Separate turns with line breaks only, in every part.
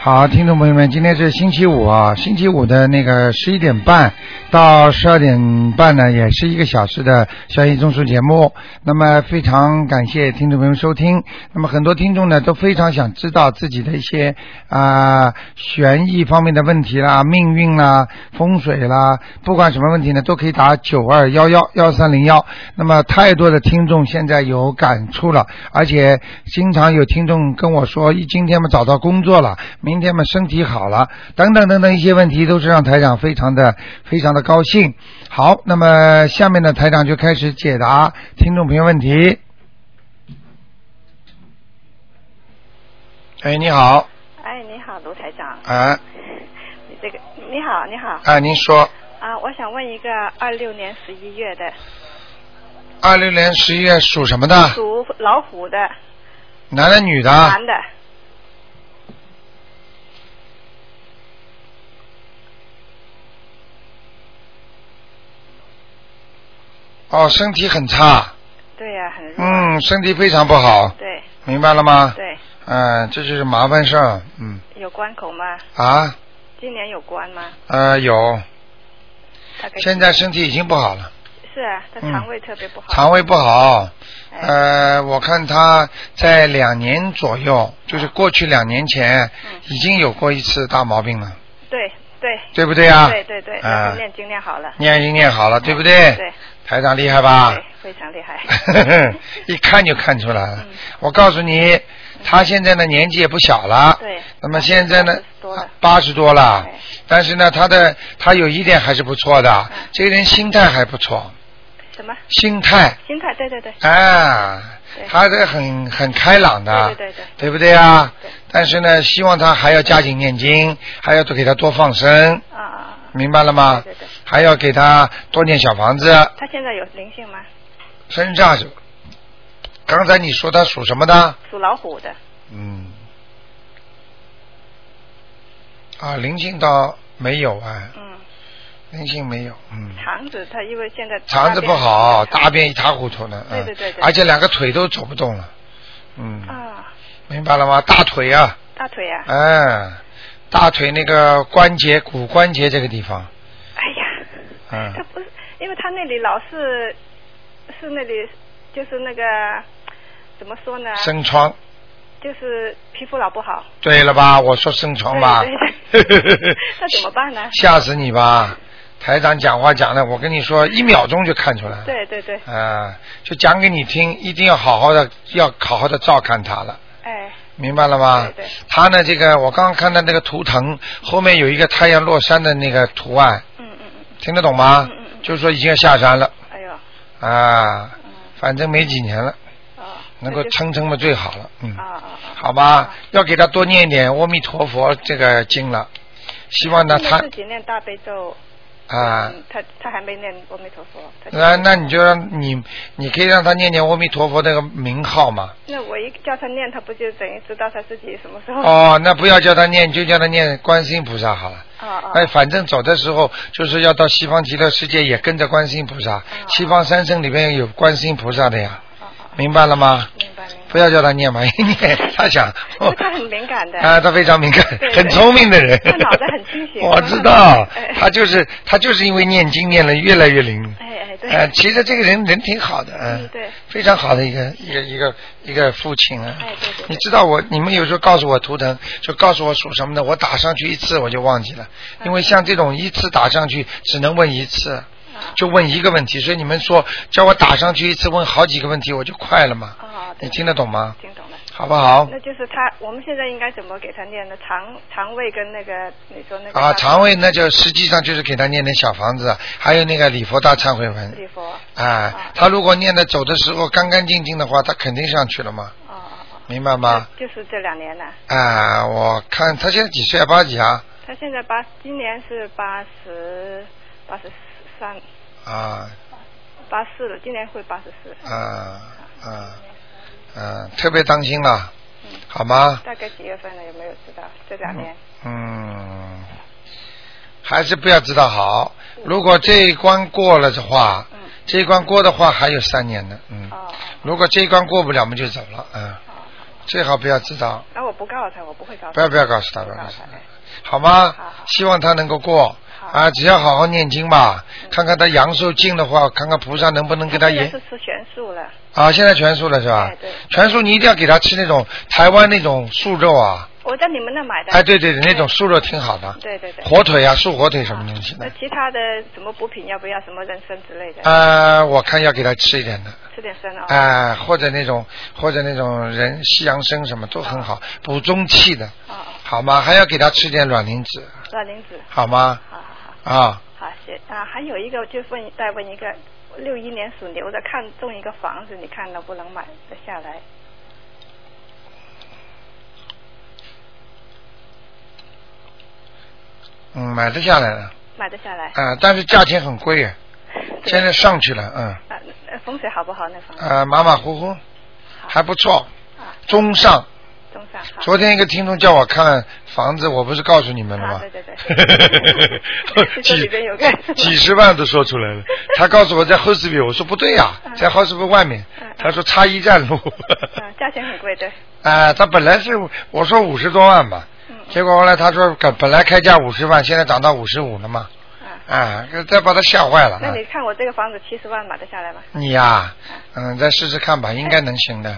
好，听众朋友们，今天是星期五啊，星期五的那个十一点半到十二点半呢，也是一个小时的消息综述节目。那么非常感谢听众朋友收听。那么很多听众呢都非常想知道自己的一些啊、悬疑方面的问题啦、命运啦、风水啦，不管什么问题呢，都可以打九二幺幺幺三零幺。那么太多的听众现在有感触了，而且经常有听众跟我说，一今天嘛找到工作了，明天嘛身体好了，等等等等一些问题，都是让台长非常的非常的高兴。好，那么下面呢，台长就开始解答听众朋友问题。哎，你好，
哎，你好，卢台长，
哎
你这个你好，你好
哎，您说，
啊，我想问一个二六年十一月的
二六年十一月属什么的？
属老虎的
男的女的？
男的，
哦，身体很差，
对呀、很弱，
嗯，身体非常不好，
对
明白了吗？
对，
嗯，这就是麻烦事儿，嗯
有关口吗？
啊，
今年有关吗？
呃，有，
大概
现在身体已经不好了，
是啊，他肠胃特别不好，
肠胃不好，
哎
呃，我看他在两年左右，就是过去两年前
嗯
已经有过一次大毛病了，
对对
对不对啊？
对对对，
啊
那念经念好了，
念已经念好了，对不
对
对？啊台长厉害吧？
对，非常 厉害，
一看就看出来了
嗯。
我告诉你，他现在呢年纪也不小了，
对，
那么现在呢
80多了，
八十多了
哎，
但是呢，他的他有一点还是不错的
嗯，
这个人心态还不错，
什么
心态
心态？对对对，
啊
嗯对，
他这很很开朗的
对，对对
对不对啊
对？
但是呢，希望他还要加紧念经，还要多给他多放生，
对，啊啊啊，
明白了吗
对对对？
还要给他多念小房子，
他现在有灵性吗？
身上是。刚才你说他属什么的？
属老虎的，
嗯，啊，灵性倒没有啊，
嗯。
灵性没有，嗯，
肠子，它因为现在
肠子不好，大
便
便一塌糊涂呢，嗯，
对对对对
而且两个腿都走不动了，嗯，
啊，
明白了吗？大腿啊，
大腿啊，
哎，大腿那个关节骨关节这个地方，
哎呀，
嗯
它不是，因为它那里老是是那里就是那个怎么说呢，
生疮，
就是皮肤老不好，
对了吧？我说生疮吧？
对对对， 啊那怎么办呢
吓死你吧！台长讲话讲的，我跟你说，一秒钟就看出来了。
对对对，
啊，就讲给你听，一定要好好的，要好好的照看他了，
哎，
明白了吗？
对对
他呢，这个我刚刚看到那个图腾后面有一个太阳落山的那个图案，
嗯嗯嗯，
听得懂吗？
嗯嗯嗯
就是说已经要下山了
哎呦，
啊，
嗯，
反正没几年了，
哦，
能够
那就
撑撑嘛最好了，嗯，
啊啊啊，
好吧，要给他多念一点阿弥陀佛这个经了，希望呢
现在
他
自己念大悲咒
啊。
嗯他他还没念阿弥陀佛，他
那那你就让你，你可以让他念念阿弥陀佛那个名号嘛，
那我一叫他念，他不就等于知道他自己什么时候？
哦，那不要叫他念，就叫他念观世音菩萨好了。
啊啊，
哎，反正走的时候就是要到西方极乐世界，也跟着观世音菩萨。西方三圣里面有观世音菩萨的呀，
啊啊，
明白了吗？
明白明白。
不要叫他念嘛，一念他 想，哦
因为他很敏感的。
啊，他非常敏感
对，对
很聪明的人。
他脑袋很清 醒
我知道
哎，
他就是他就是因为念经念了越来越灵。
哎哎，对，
哎，其实这个人人挺好的，
嗯对，
非常好的一个一个一个一个父亲啊。
嗯哎对对对
你知道我，你们有时候告诉我图腾，就告诉我属什么的，我打上去一次我就忘记了，
嗯
因为像这种一次打上去只能问一次，
啊
就问一个问题，所以你们说叫我打上去一次问好几个问题，我就快了嘛。
啊，对
你听得懂吗？哦
听懂了。
好不好？
那就是他，我们现在应该怎么给他念呢？肠肠胃跟那个你说那个
啊，
大
肠胃那就实际上就是给他念点小房子，还有那个礼佛大忏悔文。
礼佛，啊
啊，他如果念的走的时候干干净净的话，他肯定上去了嘛，
啊啊，
明白吗？
那就是这两年呢。
啊，我看他现在几岁啊？八几啊？
他现在八，今年是八十八十三
啊
八四了，今年会八十四，
啊啊啊！特别当心了，好吗？
嗯大概几月份了？有没有知道？这两年
嗯，还是不要知道好。如果这一关过了的话，
嗯
这一关过的话还有三年呢，嗯。
哦哦哦
如果这一关过不了，我们就走了，嗯。最好不要知道，
那我不告诉他，我不会告诉他。
不要不要告诉他，不要
告
告
诉
诉
他哎
他。，好吗
好？
希望他能够过
好嗯
啊！只要好好念经吧，看看他阳寿尽的话，看看菩萨能不能给他
现在
延
是吃全素了，
啊！现在全素了是吧
哎对？
全素你一定要给他吃那种台湾那种素肉啊！
我在你们那买的。
哎，对对对，那种素肉挺好的，
对对对。
火腿啊、素火腿什么东西
那
的。
其他的什么补品要不要？什么人参之类的，
呃，我看要给他吃一点的，
吃点参啊。
哎、或者那种或者那种人西洋参什么都很好，补中气的，
啊啊，
好吗？还要给他吃点卵磷脂，
老林子，
好吗？
好好好。
啊，
好，谢啊，还有一个就问再问一个，六一年属牛的看中一个房子，你看能不能买得下来？
嗯，买得下来了，
买得下来？
啊、但是价钱很贵啊。
对
现在上去了，嗯，
啊，呃风水好不好？那房子
呃，马马虎虎，
好
还不错
啊，
中上。
中上好。
昨天一个听众叫我看房子，我不是告诉你们了
啊，
吗，
对？对对这里边有个
几几十万都说出来了。他告诉我在 h o s p i 我说不对呀、
嗯
在 h o s p i 外面
嗯嗯。
他说差一站路。
嗯，价钱很贵，对，
啊，他本来是我说五十多万吧，
嗯
结果后来他说本来开价五十万，现在涨到五十五了嘛。
嗯。
啊，再把他吓坏了。
那
啊
你看我这个房子七十万买得下来吗？
你呀、嗯，再试试看吧，应该能行的。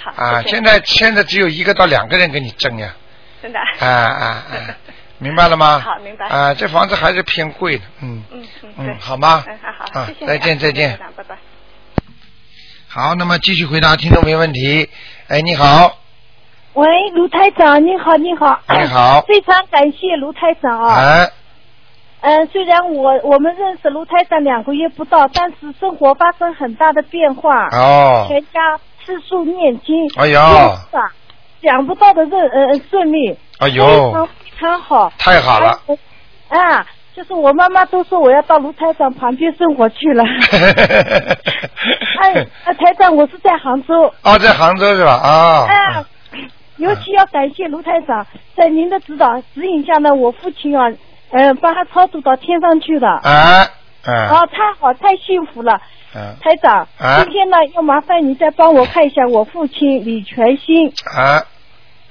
好，
啊，
谢谢
现在现在只有一个到两个人跟你争呀，
真的。
啊啊啊， 明白了吗？
好明白
啊，这房子还是偏贵的，嗯。
嗯嗯，对
嗯，，好吗？
嗯，好好，
啊
谢谢，你啊
再见再见。，
拜拜。
好，那么继续回答听众没问题。哎，你好，
喂，卢台长，你好，你好，
你好
非常感谢卢台长啊。
哎，
嗯、虽然我我们认识卢台长两个月不到，但是生活发生很大的变化，
哦，
全家吃素念经，
哎呦
是吧？想不到的顺呃顺利，
哎
非常
呦，
非常好。
太好了，
还有。啊，就是我妈妈都说我要到卢台长旁边生活 去了。哎，呃台长，我是在杭州。
哦，在杭州是吧？啊嗯
啊，，尤其要感谢卢台长，在您的指导指引下呢，我父亲啊，呃，帮他超度到天上去了。
哎，嗯
啊，太好，太幸福了，
嗯，
台长。
啊
今天呢，要麻烦你再帮我看一下我父亲李全兴，
啊，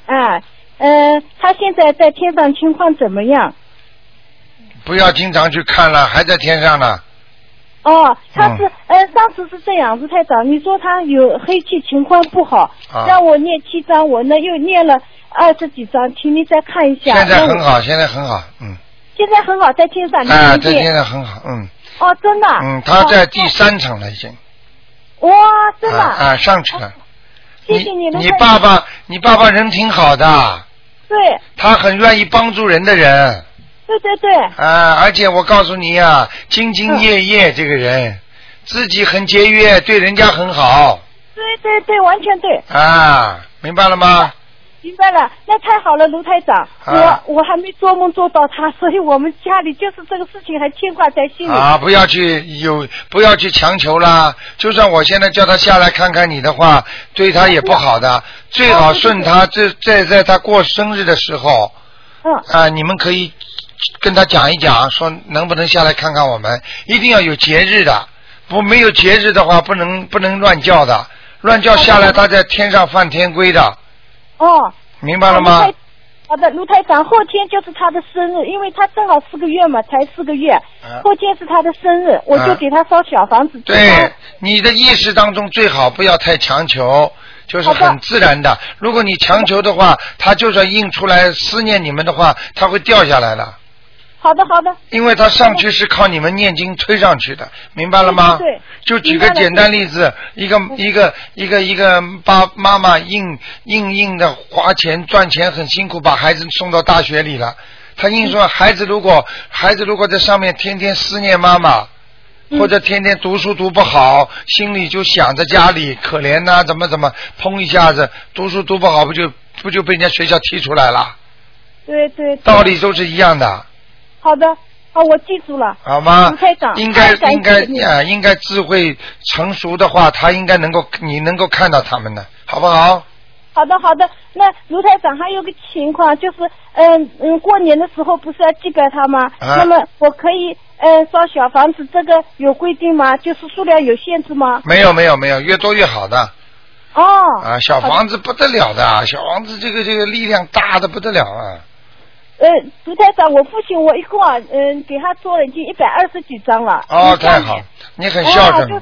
啊，呃，他现在在天上情况怎么样？
不要经常去看了，还在天上呢。
哦，他是
嗯，
呃，上次是这样，卢台长，你说他有黑气情况不好，
啊
让我念七章，我呢又念了二十几章，请你再看一
现
下。
在
让我
很好，现在很好，嗯，
现在很好，在天上，你
啊，
理
在
解
天上很好，嗯
哦，真的。
嗯，他在第三层了已经，
哦。哇，真的。
啊啊，上去了。
谢谢你，卢
你
台
爸
长。
爸，你爸爸人挺好的，
对
他很愿意帮助人的人
对对对，
啊。而且我告诉你呀、啊，兢兢业业这个人，自己很节约，对人家很好
对对对，完全对，
啊，明白了吗？
明白了。那太好了，卢台长，
啊
我我还没做梦做到他， 所以我们家里就是这个事情还牵挂在心里。
啊，不要去有，不要去强求啦。就算我现在叫他下来看看你的话，对他也不好的。最好顺他，这在在他过生日的时候，
嗯，
啊，你们可以跟他讲一讲，说能不能下来看看我们？一定要有节日的，不没有节日的话，不能不能乱叫的，乱叫下来他在天上犯天规的，
哦，
明白了吗
卢台？好的，卢台长，后天就是他的生日，因为他正好四个月嘛，才四个月，
啊
后天是他的生日，我就
啊
给他烧小房子。
对，你的意识当中最好不要太强求，就是
好
很
的
自然的。如果你强求的话，他就算印出来思念你们的话，他会掉下来的，
好的好的，
因为他上去是靠你们念经推上去的，明白了吗？
嗯对对对
就举个
明白了
简单例子，一个一个一个一个爸妈妈硬硬硬的花钱赚钱很辛苦，把孩子送到大学里了。他硬说，孩子如果孩子如果在上面天天思念妈妈，
嗯
或者天天读书读不好，心里就想着家里可怜呐、怎么怎么，砰一下子读书读不好，不就不就被人家学校踢出来了？
对对。对
道理都是一样的，
好的，好，我记住了。
好吗
卢台？长
应该
太感谢
应该
你
啊，应该智慧成熟的话，他应该能够你能够看到他们的，好不好？
好的，好的。那卢台长还有个情况，就是嗯嗯，过年的时候不是要祭拜他吗？
啊
那么我可以嗯烧小房子，这个有规定吗？就是数量有限制吗？
没有没有没有，越多越好的。
哦。
啊，小房子不得了的，啊小房子这个这个力量大的不得了啊！
呃，卢台长，我父亲我一共啊，嗯、给他做了已经一百二十几张了。
哦，太好，你很孝顺
哦，就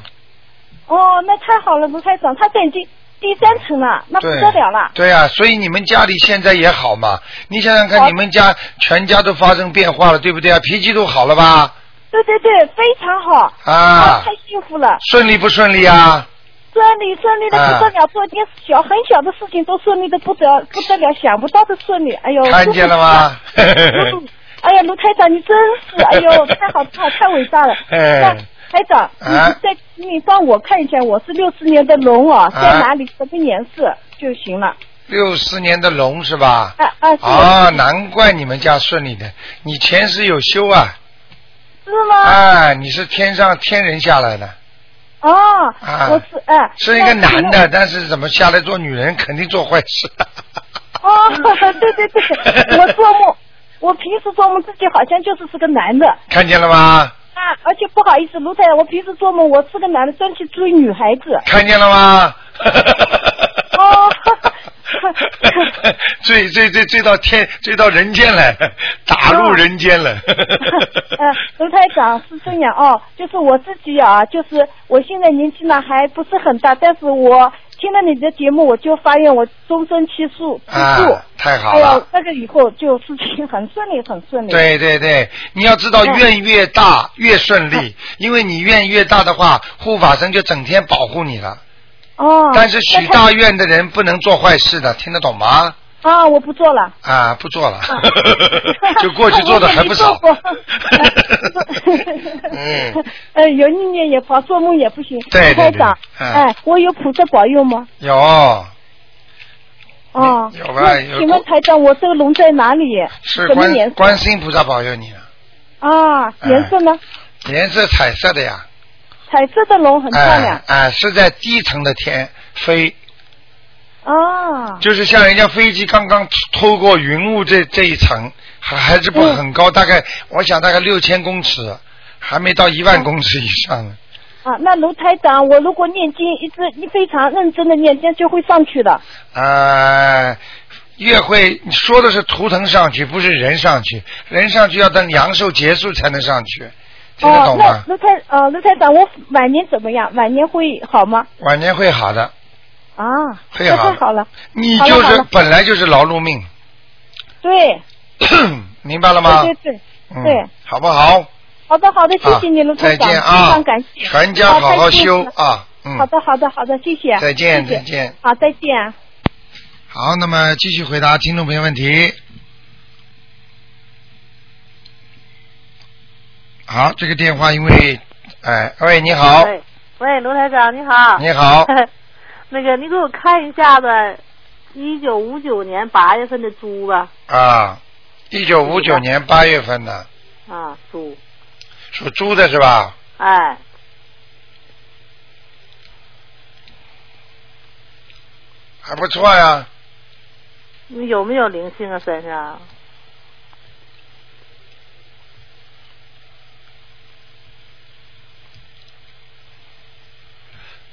哦，那太好了，卢台长，他现在已经第三层了，那不
对
得了了。
对啊，所以你们家里现在也好嘛？你想想看，
好
你们家全家都发生变化了，对不对啊？脾气都好了吧？
对对对，非常好，
啊，
太幸福了，
顺利不顺利啊？
顺利顺利的
啊
不得了，做点小很小的事情都顺利的不得不得了，想不到的顺利，哎呦，
看见了吗？
舒服死了？ 哎呀，卢台长，你真 是，哎呦，太好太好，太伟大了！
哎
那台长，你
啊
再请你帮我看一下，我是六四年的龙啊，在
啊
哪里什么颜色就行了？
六四年的龙是吧？
啊 啊，是
啊，难怪你们家顺利的，你前世有修啊！
是吗？
啊，你是天上天人下来的，
哦
啊，
我是哎，
是一个
那
男 的，但是怎么下来做女人，肯定做坏事。
哦， 对对对，我做梦，我平时做梦自己好像就是是个男的
看见了吗？
啊，而且不好意思，卢台长，我平时做梦我是个男的，专去追女孩 子。
看见了吗？
哦
追追追追到天，追到人间来， 打入人间了。
呃，卢台长是这样哦，就是我自己啊，就是我现在年纪呢还不是很大，但是我听了你的节目，我就发愿我终身吃素吃素。
啊，太好
哎呀
了，！
那个以后就事情很顺利，很顺利。
对对对，你要知道，
嗯
愿越大越顺利，因为你愿越大的话，护法神就整天保护你了。
哦。
但是许大
那
愿的人不能做坏事的，听得懂吗？
他啊，我不做了。
啊，不做了
啊，。
就过去做的还不少
我也没做过
嗯，
呃，有意念也不好，做梦也不行。
对对
卢台长，
对嗯
哎，我有菩萨保佑吗？
有
哦，
嗯有吧
那
有
请问台长，我这个龙在哪里？
是
什么
观
颜色？
观世音菩萨保佑你了，
啊，
哎
颜色呢？
颜色彩色的呀，
彩色的龙很漂
哎
亮
哎、是在低层的天飞，
啊。
就是像人家飞机刚刚透过云雾这这一层，还还是不
嗯
很高，大概我想大概六千公尺，还没到一万
哦
公尺以上呢。
啊，那卢台长，我如果念经一直一非常认真的念，这样就会上去的。
呃，越会你说的是图腾上去，不是人上去，人上去要等阳寿结束才能上去，听得
哦
懂，
那
吗？
卢台呃卢台长，我晚年怎么样？晚年会好吗？
晚年会好的，
啊，
会
那
好
太
的。
好了，
你
好了
就
好
是
了
本来就是劳碌 命，
对，
明白了吗？
对对对，
嗯
对，
好不好？
好的好的，谢
啊
谢你卢台
再
长，
见
非
啊
常感！谢，
全家好好修啊！
啊再见
嗯，
好的好的好的，谢谢，
再见
谢谢
再见。
好，再见。
好，那么继续回答听众朋友问题。好，这个电话因为，哎，喂，你好，
喂，喂，卢台长，你
啊
好。
你好，
那个，你给我看一下子，一九五九年八月份的猪吧，
啊，一九五九年八月份的，
啊，猪，
属猪的是吧？
哎，
还不错呀，
你有没有灵性啊身上？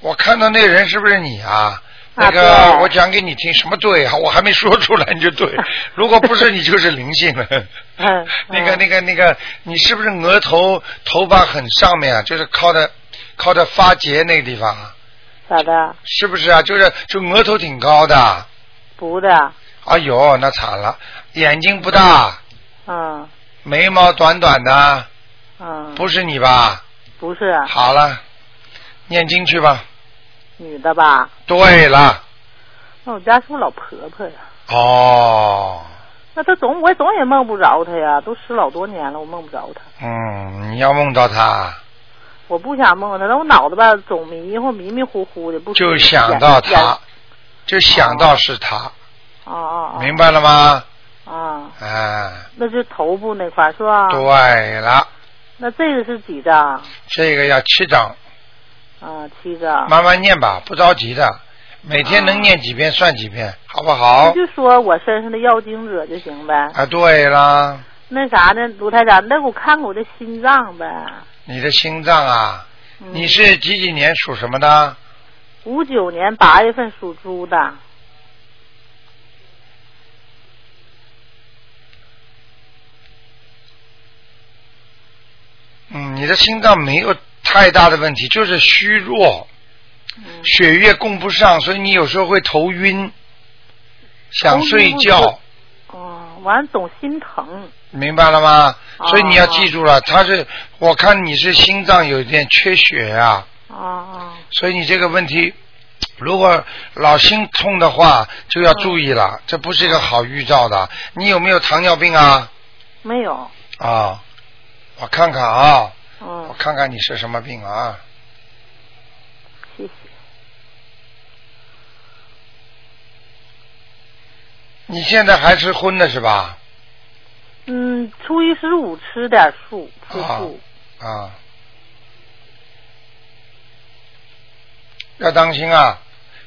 我看到那人是不是你啊？那
啊
个，
对
我讲给你听，什么对啊？我 还没说出来你就 对，如果不是你就是灵性了。
嗯
那个、
嗯
那个、那个，你是不是额头头发很上面啊？就是靠的靠的发节那个地方，啊？
咋的？
是不是啊？就是就额头挺高的。
不的，
哎呦，那惨了，眼睛不大，
嗯
眉毛短短的，
嗯，
不是你吧？
不是啊
好了，念经去吧。
嗯女的吧？
对了，
那我家是不是老婆婆呀？
哦，
那她总我总也梦不着她呀，都十老多年了，我梦不着她。
嗯，你要梦到他，
我不想梦她，但我脑子吧总迷糊迷迷糊糊的，不
就想到
眼眼
他，就想到是他，
哦哦哦，
明白了吗？
啊。
啊，
那是头部那块儿是吧？
对了，
那这个是几张？
这个要七张，
啊，七张。
慢慢念吧，不着急的，每天能念几遍算几
啊
遍，好不好
那？就说我身上的要经者就行呗。
啊，对啦，
那啥呢，卢台长，那给我看看我的心脏呗。
你的心脏啊，
嗯、
你是几几年属什么的？
五九年八月份属猪的，
嗯，你的心脏没有太大的问题，就是虚弱，
嗯
嗯
血液供不上，所以你有时候会头晕，想睡觉，
哦，完总心疼，
明白了吗？
哦
所以你要记住了，他是我看你是心脏有点缺血啊，
哦哦
所以你这个问题。如果老心痛的话，就要注意了，这不是一个好预兆的。你有没有糖尿病啊？
没有，
啊，我看看啊，我
嗯，
看看你是什么病啊？
谢谢，
你现在还吃荤的是吧？
嗯，初一十五吃点素，吃
啊
素，
啊，要当心啊，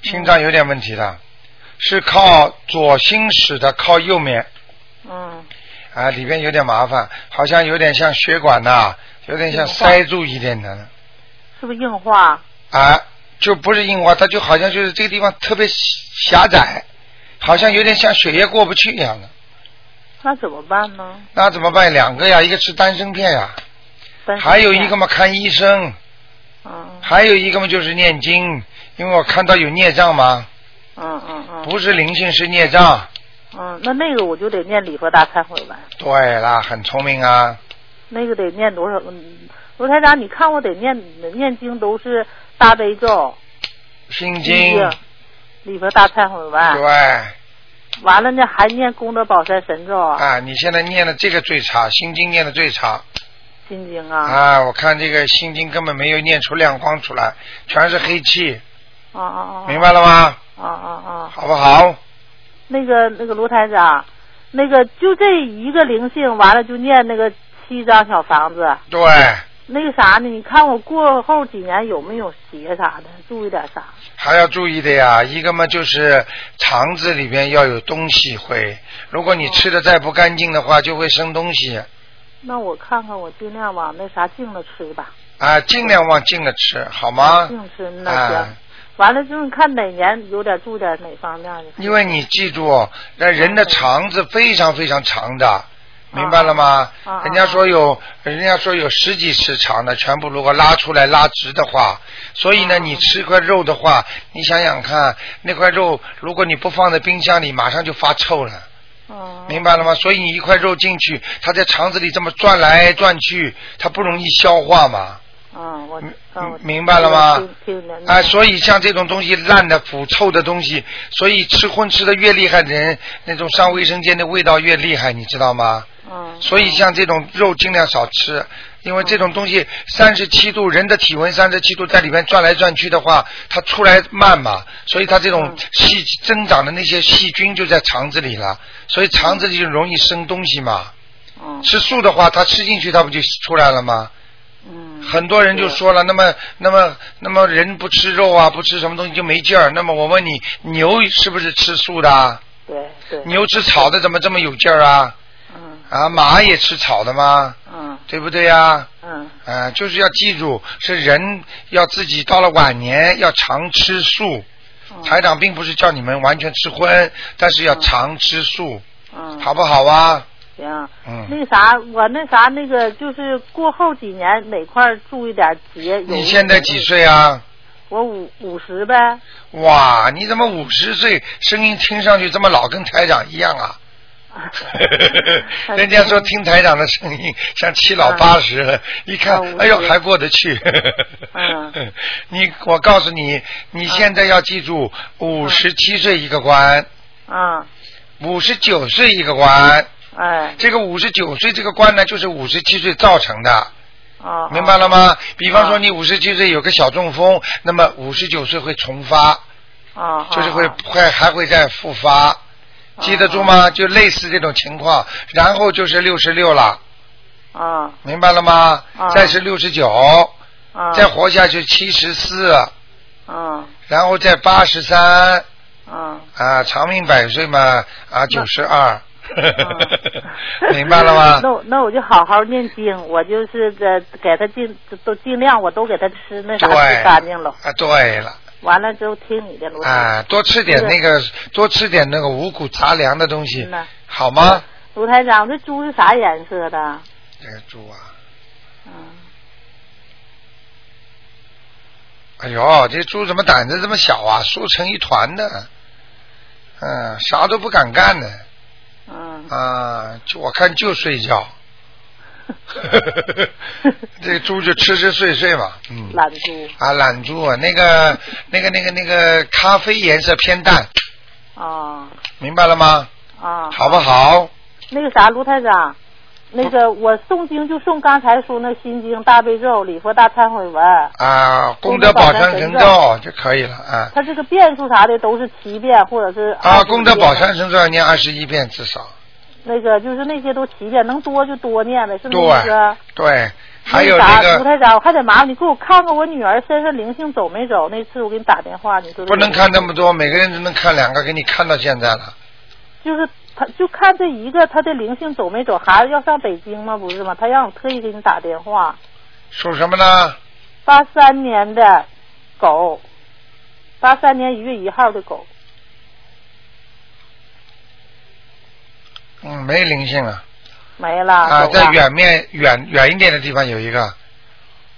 心脏有点问题的，是靠左心室的靠右面
嗯，
啊，里边有点麻烦，好像有点像血管呐、有点像
硬化
塞住一点的
是不是硬化？
啊，就不是硬化，它就好像就是这个地方特别狭窄，好像有点像血液过不去一样的。
那怎么办呢？
那怎么办？两个呀，一个吃丹参片呀，
但是
还有一
现
个，嘛看医生，
嗯
还有一个嘛就是念经，因为我看到有孽障嘛，
嗯嗯嗯，
不是灵性是孽障。
嗯，那那个我就得念礼佛大忏悔文，
对啦，很聪明啊，
那个得念多少？嗯，罗台长，你看我得念念经都是大悲咒、
心经
心，经、啊礼佛大忏悔文，
对
完了呢还念功德宝山神咒、
啊，你现在念的这个最差，心经念的最差
心经啊，
啊，我看这个心经根本没有念出亮光出来，全是黑气，
啊啊
明白了吗？
啊啊啊啊！
好不好？
那个那个卢台长，那个就这一个灵性，完了就念那个七张小房子，
对，
那个啥呢？你看我过后几年有没有邪啥的，注意点啥？
还要注意的呀，一个嘛就是肠子里边要有东西会，如果你吃的再不干净的话，就会生东西
那我看看，我尽量往那啥净了吃吧，
啊，尽量往净了吃，好吗？
净吃那行。
啊，
完了就是看哪年有点注点哪方面的。
因为你记住，
嗯
那人的肠子非常非常长的，明白了吗？
啊啊
人家说有，人家说有十几尺长的，全部如果拉出来拉直的话，所以呢，
啊
你吃块肉的话，你想想看，那块肉如果你不放在冰箱里，马上就发臭了。
嗯，
明白了吗？所以你一块肉进去，它在肠子里这么转来转去，它不容易消化嘛。
嗯，我
明
嗯我
明白了吗
听听着。
啊，所以像这种东西烂的、腐臭的东西，所以吃荤吃的越厉害的人，那种上卫生间的味道越厉害，你知道吗？
嗯，
所以像这种肉尽量少吃，因为这种东西三十七度，人的体温三十七度，在里面转来转去的话，它出来慢嘛，所以它这种
嗯
细增长的那些细菌就在肠子里了，所以肠子里就容易生东西嘛。
嗯
吃素的话，它吃进去它不就出来了吗？
嗯，
很多人就说了，那么那么那么人不吃肉啊，不吃什么东西就没劲儿。那么我问你，牛是不是吃素的啊？
对对，
牛吃草的怎么这么有劲儿啊？
嗯
啊，马也吃草的吗？
嗯
对不对呀、
嗯
啊？就是要记住，是人要自己到了晚年要常吃素。
嗯，
台长并不是叫你们完全吃荤，但是要
嗯
常吃素，
嗯
好不好啊？
行。
嗯，
那啥，我那啥，那个就是过后几年哪块儿注意点节。有
你现在几？岁啊？
我五五十呗。
哇，你怎么五十岁声音听上去这么老，跟台长一样啊？ 人家说听台长的声音像七老八十了，一看
啊五，十
哎呦还过得去。
嗯
你我告诉你，你现在要记
啊
住，五十七岁一个关，
嗯，
五十九岁一个关。
哎，
这个五十九岁这个关呢，就是五十七岁造成的，
哦，
明白了吗？比方说
啊
你五十七岁有个小中风，那么五十九岁会重发，
哦？哦，哦
就是会会还会再复发。记得住吗？就类似这种情况，然后就是六十六了，
啊
明白了吗？
啊
再是六十九，
啊，
再活下去七十四，
嗯
然后再八十三
嗯
啊，长命百岁嘛啊，九十 二，
嗯
明白了吗？
那我那我就好好念经，我就是这给他尽都尽量，我都给他吃那啥吃
对，
干净了。
啊，对了，
完了之后听你的罗台长。
啊，多吃点那个，多吃点那个五谷杂粮的东西
嗯呐，
好吗？
卢台长，这猪是啥颜色的？
这个猪啊，
嗯，
哎呦，这猪怎么胆子这么小啊？缩成一团的，嗯，啥都不敢干呢。
嗯，
啊， 就我看就睡觉。 这个猪就吃吃睡睡嘛，嗯，
懒猪
啊，懒猪啊，那个那个那个那个咖啡颜色偏淡，
啊
明白了吗？
啊，
好不好？
那个啥，卢台长，那个我诵经就诵刚才说那心经、大悲咒、礼佛大忏悔文，
啊，功德宝山神咒就可以了啊。
它这个遍数啥的都是七遍或者是
啊，
21
功德宝
遍
山神咒要念二十一遍至少，
那个就是那些都七遍，能多就多念呗，是不是意思
对
啊？
对，还有
那
那
啥，卢
个
台长，我还得麻烦你给我看看我女儿身上灵性走没走？那次我给你打电话，你说
不能看那么多，每个人只能看两个，给你看到现在了。
就是他就看这一个，他的灵性走没走？孩子要上北京吗？不是吗？他让我特意给你打电话。
属什么呢？
八三年的狗，八三年一月一号的狗，
嗯，没灵性了
没了。
啊，
狗
在远面远远一点的地方有一个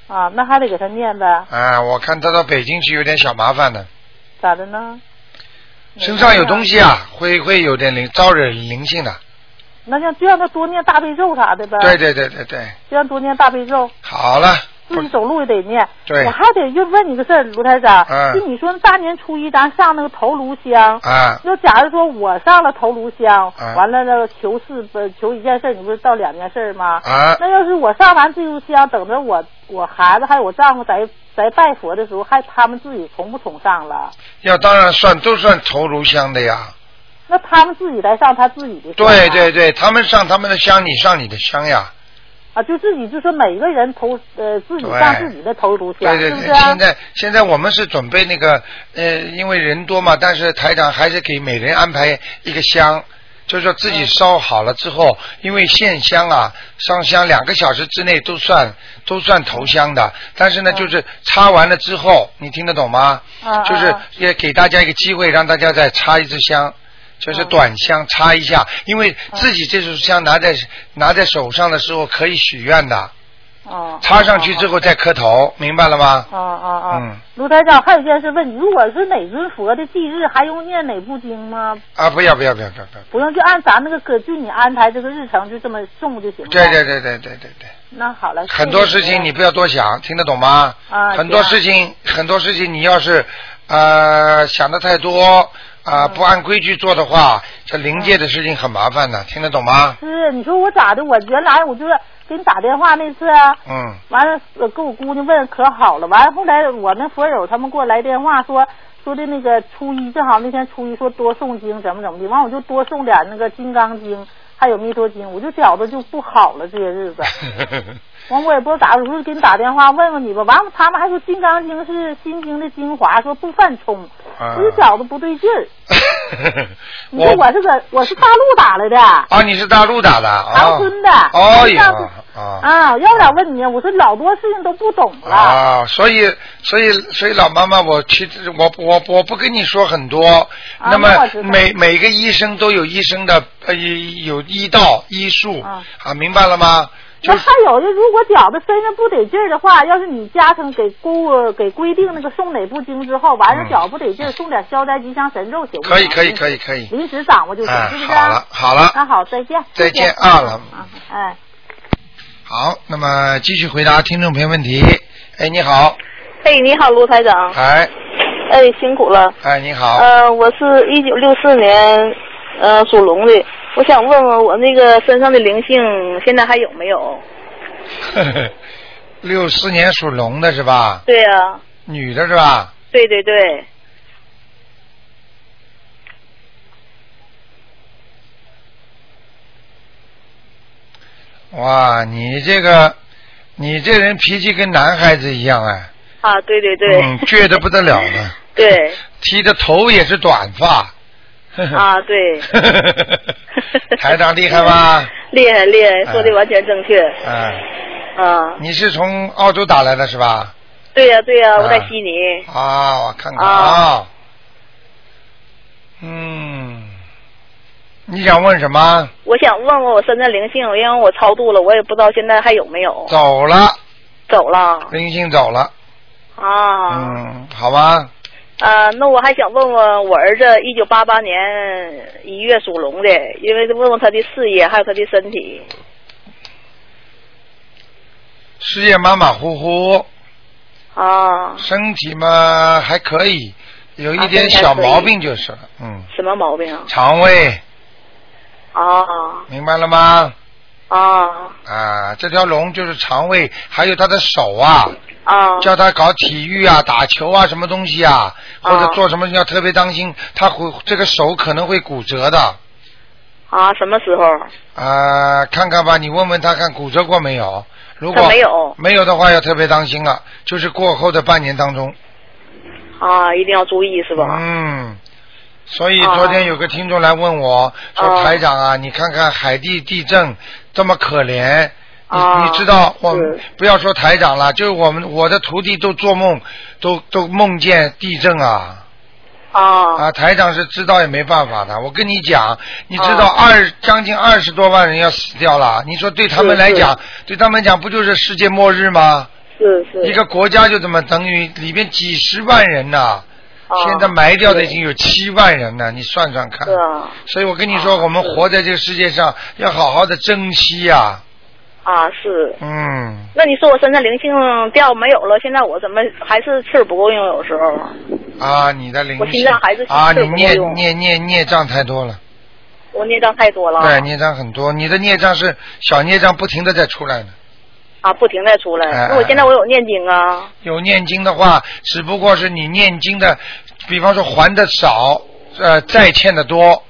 啊，那还得给他念呗？
啊，我看他到北京去有点小麻烦的，
咋的呢？
身上有东西啊，会会有点灵招惹灵性的。
啊那像就让他多念大悲咒啥的呗。
对，对对对对，
就让多念大悲咒。
好了，
自己走路也得念。
对
嗯我还得就问你个事儿，卢台长。
嗯
就你说大年初一咱上那个头颅香。
啊
要假如说我上了头颅香，
嗯
完了那个求事不求一件事儿，你不是到两件事儿吗？
啊，
那要是我上完这炷香，等着我我孩子还有我丈夫在在拜佛的时候，还他们自己崇不崇上了？
要当然算都算头颅香的呀。
那他们自己来上他自己的香啊
对对对，他们上他们的香，你上你的香呀。
啊，就自己就说每一个人头呃自己
对
上自己的头颅香，
对对
是
对，
不啊是、
现在现在我们是准备那个呃，因为人多嘛，但是台长还是给每人安排一个香，就是说自己
嗯
烧好了之后，因为线香啊，上香两个小时之内都算都算头香的，但
嗯
是呢，就是插完了之后，你听得懂吗？
啊
就是
啊
也给大家一个机会，让大家再插一支香。就是
嗯
短香插一下，因为自己这束香拿在拿在手上的时候可以许愿的，
哦，
插上去之后再磕头，明白了吗？
啊啊啊
嗯！
卢台长，还有一件事问你，如果是哪尊佛的忌日，还用念哪部经吗？
啊，不要不要不要不要不要！
不用，就按咱那个歌，就你安排这个日程，就这么送就行了。
对对。对对对对对，
那好了，谢谢
很多事情你不要多想，听得懂吗？
啊
很多事情很多事情你要是呃想的太多啊、
嗯
不按规矩做的话，这临界的事情很麻烦的，听得懂吗？
是你说我咋的？我原来我就是给你打电话那次啊，
嗯，
完了呃跟我姑娘问可好了，完了后来我那佛友他们给我来电话说说的那个初一正好那天初一说多诵经怎么怎么的，完我就多诵点那个金刚经还有弥陀经，我就觉得就不好了这些日子。 完我也不知道咋回事，我说给你打电话问问你吧。完了他们还说《金刚经》是心经的精华，说不犯冲，
啊
我就觉得不对劲儿。你说
我
我是个我是大陆打来的，
啊，你是大陆打的啊
长？春的。
哦
我
哟
上次
啊
啊，要不然问你，我说老多事情都不懂了。
啊，所以所以所以老妈妈，我其实我我我不跟你说很多，
啊
那
那我
么
知道
每每个医生都有医生的呃有医道医术
啊
明白了吗？就
那
是
还有就如果觉得身上不得劲儿的话，要是你家庭给规给规定那个送哪部经之后，完了
嗯
觉得不得劲儿，送点消灾吉祥神咒行不行？
可以可以可以可以，
临时掌握就行，
哎
是不是？
好了好了
那好，再见。
再见
谢谢
啊老
啊，哎。
好，那么继续回答听众朋友问题。哎，你好，
哎，你好，卢台长。
哎
哎，辛苦了。
哎，你好，
呃，我是一九六四年，呃，属龙的。我想问问我那个身上的灵性现在还有没有？
六四年属龙的是吧？
对呀、啊，
女的是吧？
对对对，
哇，你这个你这人脾气跟男孩子一样哎，
啊，对对对，
嗯，倔得不得了呢。
对，
剃的头也是短发。
啊对，
台长厉害吧？
厉害厉害，说的
哎
完全正确。
嗯，
啊，
你是从澳洲打来的是吧？
对呀、对呀、我在
啊
悉尼。
啊，我看看
啊
啊。嗯，你想问什么？
我想问问我身上灵性，因为我超度了，我也不知道现在还有没有。
走了，
走了
灵性走了。
啊。
嗯，好吧。
呃，那我还想问问我儿子，一九八八年一月属龙的，因为问问他的事业还有他的身体。
事业马马虎虎，
啊，
身体嘛还可以，有一
啊
点
身体还
小
可以
毛病就是了。嗯，
什么毛病啊？
肠胃，
啊
明白了吗？
啊
啊，这条龙就是肠胃，还有他的手啊，
啊！
叫他搞体育啊、打球啊、什么东西啊，或者
啊
做什么要特别当心，他会这个手可能会骨折的。
啊，什么时候？
啊、看看吧，你问问他看骨折过没有？如
他
果
没有
没有的话，要特别当心了，就是过后的半年当中。
啊，一定要注意是吧？
嗯，所以
啊
昨天有个听众来问我，说
啊
台长啊，你看看海地地震这么可怜。你
啊
你知道，我
是
不要说台长了，就是我们我的徒弟都做梦，都都梦见地震啊
啊
啊！台长是知道也没办法的。我跟你讲，你知道
啊
二、将近二十多万人要死掉了，你说对他们
是
来
是
讲，对他们讲不就是世界末日吗？
是是。
一个国家就这么等于里边几十万人呐、
啊
现在埋掉的已经有七万人了，你算算看
是。啊
所以我跟你说，我们活在这个世界上要好好的珍惜呀、
啊是。
嗯，
那你说我身上灵性掉没有了，现在我怎么还是气儿不够用？有时候
啊，你的灵
我心
性
脏还是
啊，
心
你
肺
孽
不够用
孽孽孽障太多了，
我孽障太多了，
对，孽障很多，你的孽障是小孽障不停的在出来的。
啊，不停在出来。
哎
那我现在我有念经啊，
有念经的话，只不过是你念经的，比方说还的少，呃，
嗯
债欠的多，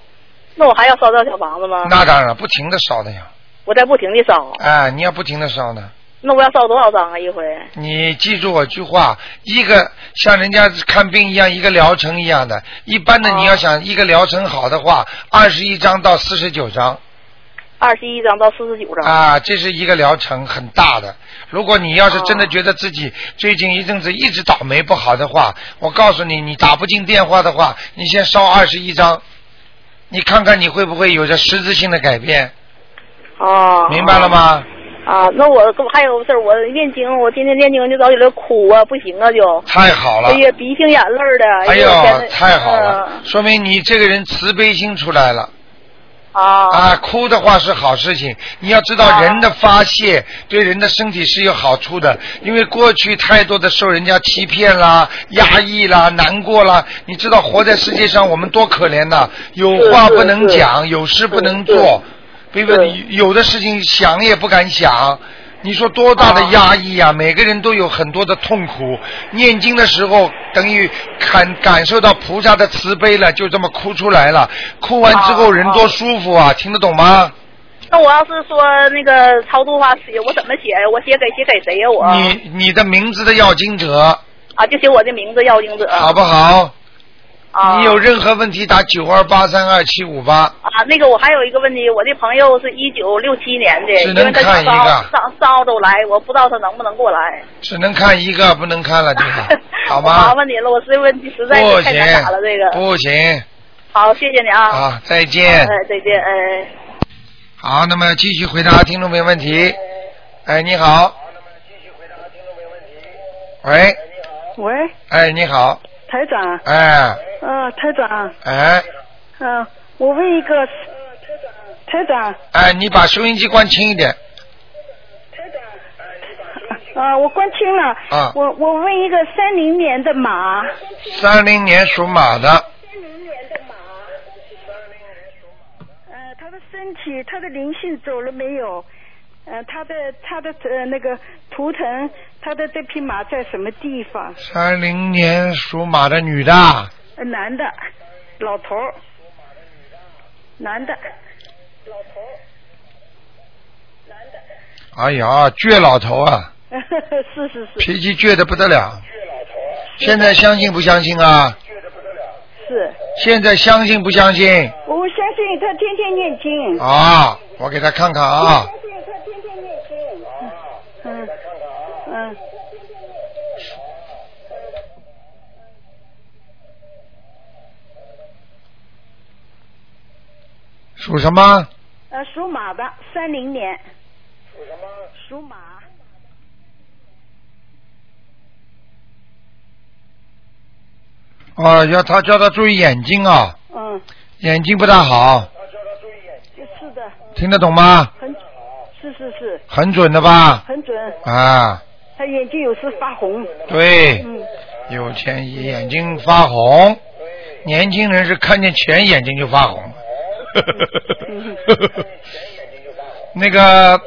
那我还要烧这小房子吗？
那当然了不停的烧的呀，
我在不停的烧，
哎，你要不停的烧呢。
那我要烧多少张啊一回？
你记住我句话，一个像人家看病一样，一个疗程一样的。一般的
哦
你要想一个疗程好的话，二十一张到四十九张
二十一张到四十九张。
啊，这是一个疗程很大的。如果你要是真的
哦
觉得自己最近一阵子一直倒霉不好的话，我告诉你，你打不进电话的话，你先烧二十一张，你看看你会不会有着实质性的改变，
啊，
明白了？吗？
啊，那我跟还有个事儿，我念经，我天天念经就早起来哭啊，不行啊就，
太好了
哎。呀，鼻涕眼泪儿的。
哎
呦，我天
呦，
哪
太好了，
嗯
说明你这个人慈悲心出来了。
啊
啊，哭的话是好事情，你要知道
啊
人的发泄对人的身体是有好处的，因为过去太多的受人家欺骗啦、压抑啦、难过啦，你知道活在世界上我们多可怜呐，有
是
话
是
不能
是
讲，有事不能
是
做，比如说
是
你有的事情想也不敢想。你说多大的
啊
压抑啊！每个人都有很多的痛苦。念经的时候，等于感感受到菩萨的慈悲了，就这么哭出来了。哭完之后
啊
人
啊
多舒服啊，听得懂吗？
那我要是说那个超度法写，我怎么写呀？我写给写给谁呀？我
你你的名字的要经者，
啊，就写我的名字要经者。
好不好？
啊，
你有任何问题打九二八三二七五八。
啊，那个我还有一个问题，我的朋友是一九六七年的，
只
因
能
为他
看一个
上上上澳洲来，我不知道他能不能过来。
只能看一个，不能看了，这 个好
我麻
吗？
烦你了，我这问题实在
不
是太难
行
打了，这个。，
不行
好，谢谢你啊。
啊！再见。
哎，再见，哎。
好，那么继续回答听众朋友问题。哎，你好。喂，
喂，
哎，你好，
台长，
哎，
呃，台长，
哎，
嗯、我问一个，台长，
哎，你把收音机关轻一点。
啊、我关清了，
啊
我我问一个三零年的马，
三零年属马的，
呃，他的身体，他的灵性走了没有？呃，他的他的呃那个图腾，他的这匹马在什么地方？
三零年属马的女的，
呃男的，老头儿，男的，
哎呀，倔老头啊，
是是是
脾气倔得不得了。现在相信不相信啊？
是，
现在相信不相信
我相信他天天念经，
啊？我给他看看啊，
嗯嗯。
属什么？
呃，属马的，三零年。属什么？属马。
哦，要他叫他注意眼睛啊，
嗯，
眼睛不大好，
是的，
听得懂吗？
很，是是是，
很准的吧？
很准。
啊，
他眼睛有时发红。
对，
嗯，
有钱眼睛发红，年轻人是看见钱眼睛就发红。 那个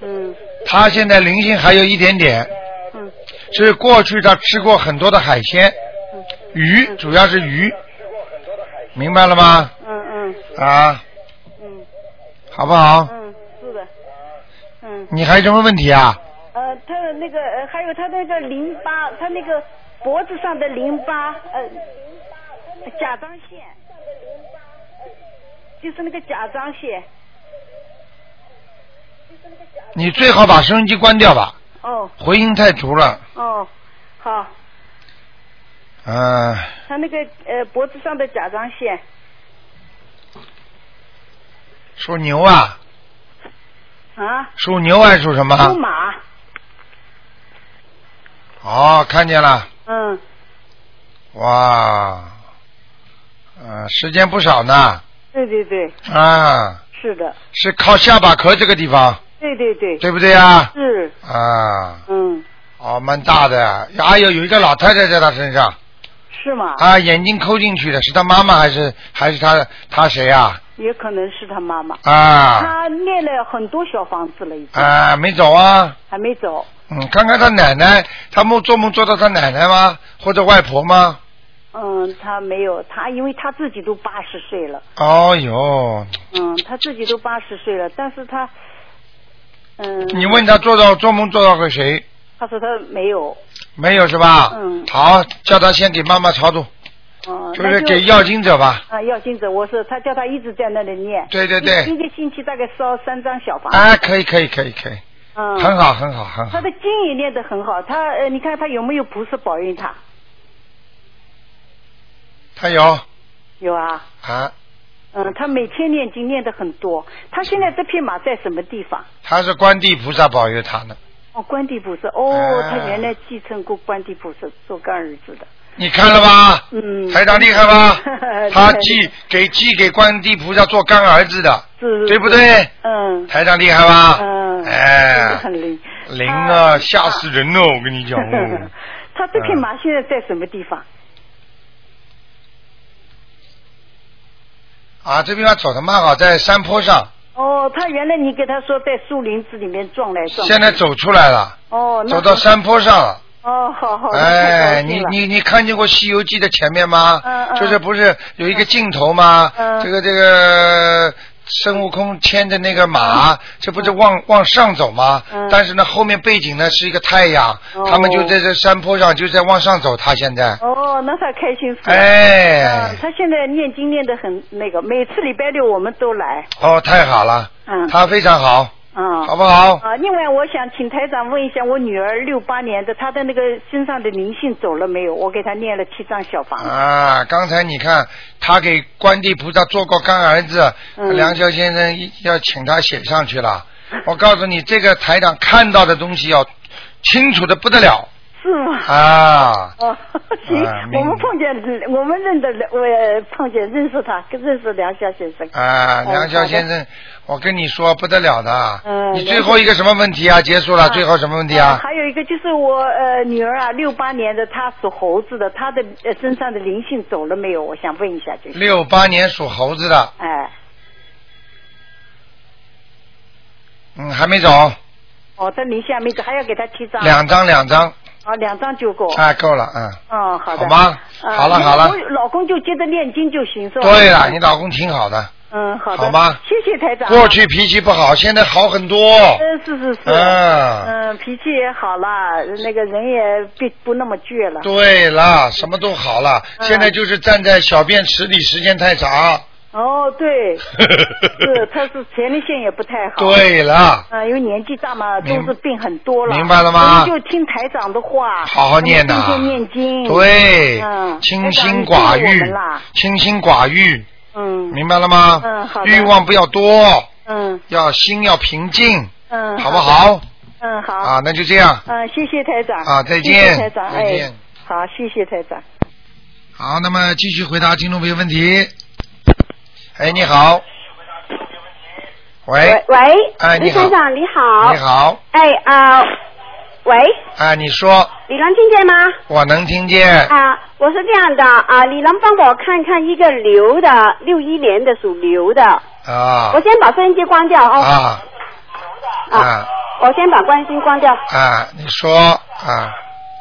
嗯，
他现在灵性还有一点点，
嗯，
是过去他吃过很多的海鲜，鱼主要是鱼，明白了吗？
嗯
啊，
嗯
好不好？
嗯，是的。嗯，
你还有什么问题啊？
呃，他的那个呃还有他那个淋巴，他那个脖子上的淋巴，呃，甲状腺，就是那个甲状腺。
你最好把收音机关掉吧，
哦
回音太足了。
哦，好，
嗯、
他那个呃脖子上的甲状腺，
属牛啊，
啊，
属牛还是属什
属
么？
马，
哦，看见了，
嗯，
哇，呃，时间不少呢，
对对对，
啊，
是的，
是靠下巴壳这个地方，
对对对，
对不对啊？
是，
啊，
嗯，
哦，蛮大的，哎呦，有一个老太太在她身上，
是吗？
啊，眼睛抠进去的，是她妈妈还是还是她她谁啊？
也可能是他妈妈。
啊
他念了很多小房子了，已经
啊，没走啊，
还没走。
嗯，看看她奶奶，她梦做梦做到她奶奶吗？或者外婆吗？
嗯，他没有，他因为他自己都八十岁了，
哦呦，
嗯，他自己都八十岁了，但是他，嗯，
你问她做到做梦做到个谁？
他说他没有，
没有是吧？
嗯
好，叫她先给妈妈超度，
嗯，
就
那
是给要经者吧。
啊，要金子，我是他叫他一直在那里念，
对对
一一
对，
个星期大概烧三张小房子，
哎，可以可以可以可以，
嗯，
很好很好很好
他。的经也念得很好，他呃，你看他有没有菩萨保佑他？
她有
有啊，
啊，
嗯，他每天念经念得很多，他现在这匹马在什么地方？
她是观地菩萨保佑她呢。
哦，关帝菩萨，哦，
啊
他原来继承过关帝菩萨做干儿子的，
你看了吧？
嗯，
台长厉害 吧
对？
他既给既给观地菩萨做干儿子的，
是
对不？对？
嗯
台长厉害吧？
嗯，真的
哎，
很灵，
灵啊，
他
吓死！人了！我跟你讲，哦
他这匹马现在在什么地方？
啊，这地方走的蛮好，在山坡上，
哦，他原来你给他说在树林子里面撞来撞去，
现在走出来了，
哦，那
走到山坡上了。
哦，好好，
哎，
太高
你
兴了
你你看见过《西游记》的前面吗？
嗯嗯
就是不是有一个镜头吗？
嗯
这个这个孙悟空牵着那个马，这不是往往上走吗？
嗯
但是呢，后面背景呢是一个太阳，
哦
他们就在这山坡上就在往上走。他现在，
哦，那他开心死了。
哎
嗯，，他现在念经念得很那个，每次礼拜六我们都来，
哦，太好了，
嗯，
他非常好，
嗯，
好不好？
啊，另外我想请台长问一下，我女儿六八年的，她的那个身上的灵性走了没有？我给她念了七张小房子。
啊，刚才你看他给观地菩萨做过干儿子，
嗯
梁桥先生一要请他写上去了。我告诉你，这个台长看到的东西要清楚的不得了
是吗？
啊！
哦， 行，
啊明
我们碰见，我们认得，我也碰见认识他，认识梁夏先生。
啊，
哦
梁桥先生，我跟你说不得了的。
嗯
你最后一个什么问题啊？结束了，最后什么问题
呃
啊？
还有一个就是我呃女儿啊，六八年的，她属猴子的，她的呃身上的灵性走了没有？我想问一下，就是，
六八年属猴子的，
哎，
嗯，还没走，
哦，她灵性还没走，还要给她七张，
两张两张，
哦，两张就够。
哎，够了，嗯。
嗯，好的。
好吗
呃
好了好了
我老公就接着念经就行，是吧？
对了，你老公挺好的，
嗯，好的。
好吗
谢谢台长。
过。去脾气不好，现在好很多。
嗯，啊是是是。
嗯
嗯，脾气也好了，那个人也不不那么倔了。
对了，什么都好了，
嗯
现在就是站在小便池里时间太长。
哦， 对，是，他是前列腺也不太好。。
对了，
嗯，因为年纪大嘛，
明
都是病很多了。
明白了吗
我们就听台长的话，
好好念呐、
我们天天念经。。
对
嗯，
清心寡
台长你
欲
救我们啦，
清心寡欲，
嗯
明白了吗？
嗯好的
欲望不要多，
嗯
要心要平静，
嗯，
好不？好？
嗯好。
啊，那就这样。
嗯，谢谢台长。
啊再见
谢谢台长，
再见
哎，好，谢谢台长。
好，那么继续回答听众朋友问题。哎，你好。喂，
喂，
哎你
刘
好
先生你好，
你，好，
哎啊、呃喂，
哎，你说，
你能听见吗？
我能听见。
啊、我是这样的啊、你能帮我看看一个牛的，六一年的属牛的，
啊
我先把收音机关掉哦，
啊啊
我先把关机关掉
啊！你说啊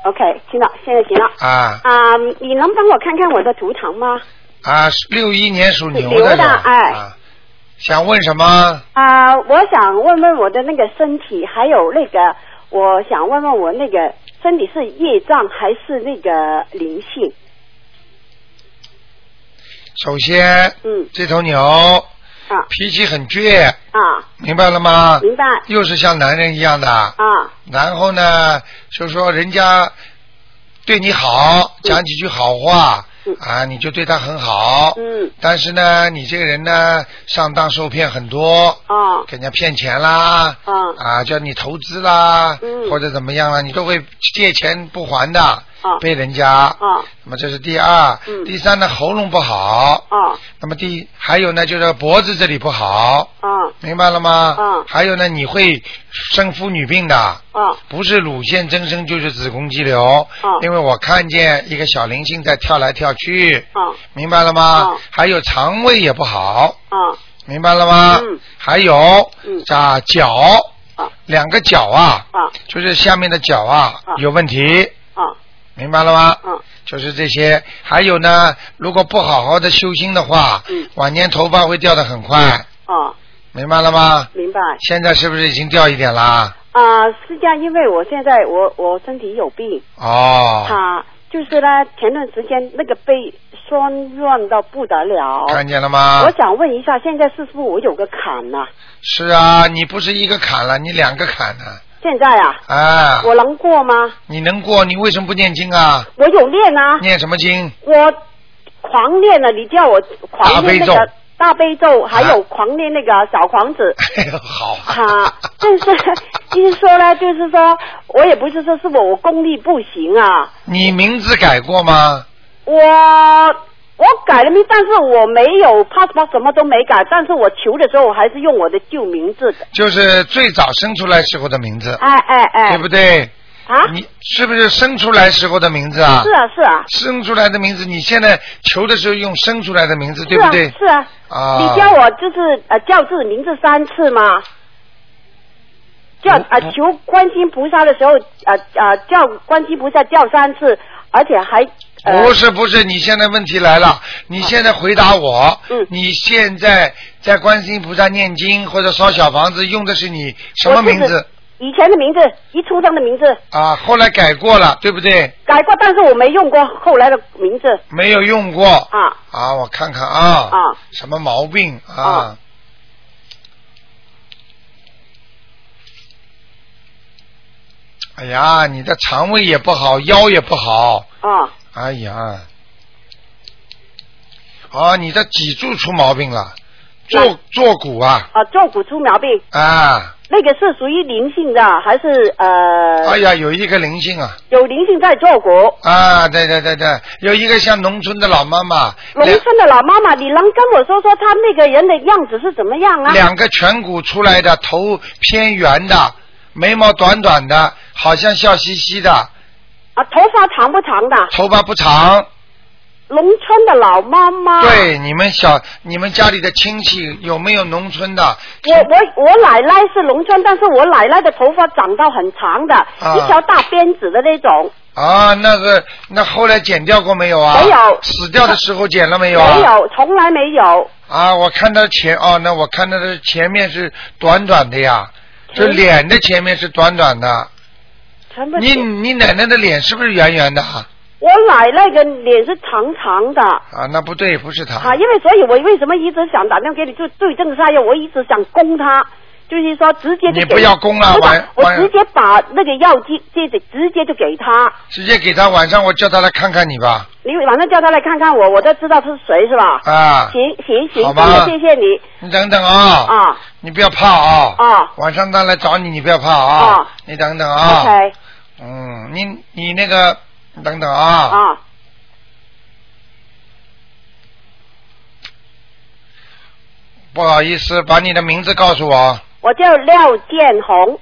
，OK，听到，现在行了。
啊
啊、你能帮我看看我的图腾吗？
啊！六一年属牛
牛
的是
的
吧
哎
啊，想问什么？
啊、我想问问我的那个身体，还有那个，我想问问我那个身体是业障还是那个灵性？
首先，
嗯，
这头牛
啊
脾气很倔，
啊，
明白了吗？
明白
又是像男人一样的，
啊。
然后呢，就说人家对你好，讲几句好话
嗯，
啊，你就对他很好。
嗯，
但是呢，你这个人呢，上当受骗很多，
哦，
给人家骗钱啦，
嗯
啊，叫你投资啦，
嗯
或者怎么样啦，你都会借钱不还的，
哦
被人家。
哦，
那么这是第二，
嗯
第三呢，喉咙不好，
哦，
那么第还有呢，就是脖子这里不好，
哦，
明白了吗？
嗯
还有呢，你会生妇女病的，
哦，
不是乳腺增生就是子宫肌瘤。
嗯
因为我看见一个小灵性在跳来跳去，
哦，
明白了吗？
嗯
还有肠胃也不好，
哦，
明白了吗？
嗯
还有
嗯
啊脚
嗯，
两个脚啊，
哦，
就是下面的脚啊
嗯
有问题，
哦，
明白了吗？
嗯
就是这些，还有呢，如果不好好的修心的话，
嗯
晚年头发会掉得很快，
哦，
明白了吗？
明白。
现在是不是已经掉一点啦？
啊、是这样，因为我现在我我身体有病
哦，
啊、就是呢，前段时间那个背酸软到不得了。
看啊见了吗
我？想问一下，现在是不是我有个坎呢、
是啊，你不是一个坎了，你两个坎了
现在啊，
啊！
我能过吗？
你能过，你为什么不念经啊？
我有练啊，
念什么经？
我狂练了，你叫我狂练那
大悲
个
咒
大悲咒，还有
啊
狂练那个小 黄子。
哎呦，好
啊，但 是就是说呢，就是说我也不是说是我我功力不行啊，
你名字改过吗？
我我改了名，但是我没有 passport 什么都没改，但是我求的时候我还是用我的旧名字的，
就是最早生出来时候的名字，
哎哎哎
呃对，不对？
啊，
你是不是生出来时候的名字啊？
是啊是啊，
生出来的名字，你现在求的时候用生出来的名字，对不对？
是啊是
啊
啊，你叫我就是呃叫自己名字三次嘛。叫啊、
嗯嗯
求观世音菩萨的时候，啊、啊、叫观世音菩萨叫三次，而且还呃
不是不是，你现在问题来了，你现在回答我，
嗯
你现在在观世音菩萨念经或者烧小房子用的是你什么名
我自
字
己以前的名字，一出生的名字
啊？后来改过了，对不对？
改过，但是我没用过后来的名字
没有用过啊
啊。
我看看啊，
啊
什么毛病啊？
啊
哎呀，你的肠胃也不好，腰也不好，
啊
哎呀，哦，你的脊柱出毛病了，坐坐骨啊
啊，坐骨出毛病，
啊！
那个是属于灵性的还是呃、
哎呀，有一个灵性啊
有灵性在坐骨？
啊！对对对对，有一个像农村的老妈妈，
农
两
村的老妈妈，你能跟我说说她那个人的样子是怎么样啊？
两个颧骨出来的，头偏圆的，眉毛短短的，好像笑嘻嘻的，
啊，头发长不长的？
头发不长。
农村的老妈妈。。
对，你们小你们家里的亲戚有没有农村的？
我我我奶奶是农村，但是我奶奶的头发长到很长的，
啊
一条大辫子的那种，
啊，那个那后来剪掉过没有啊？
没有
死掉的时候剪了没有啊？
没有，从来没有。
啊，我看他前哦，那我看他的前面是短短的呀，就
嗯
脸的前面是短短的。
全部
你你奶奶的脸是不是圆圆的啊？
我奶奶的脸是长长的
啊，那不
啊
对，不是她。
啊，因为所以我为什么一直想打电话给你就对症下药，我一直想攻她，就是说直接就
你
给
不要供了
不是
晚
我
晚
直接把那个药剂这子直接就给他，
直接给他晚上我叫他来看看你吧，
你晚上叫他来看看我，我都知道是谁是吧？
啊，
行行行，
好
真
吧
的谢谢你
你等等啊，
啊
你不要怕啊，
啊
晚上他来找你，你不要怕啊，
啊
你等等啊，
，OK 嗯
嗯，你你那个你等等啊，
啊，
不好意思，把你的名字告诉我，
我叫廖建红，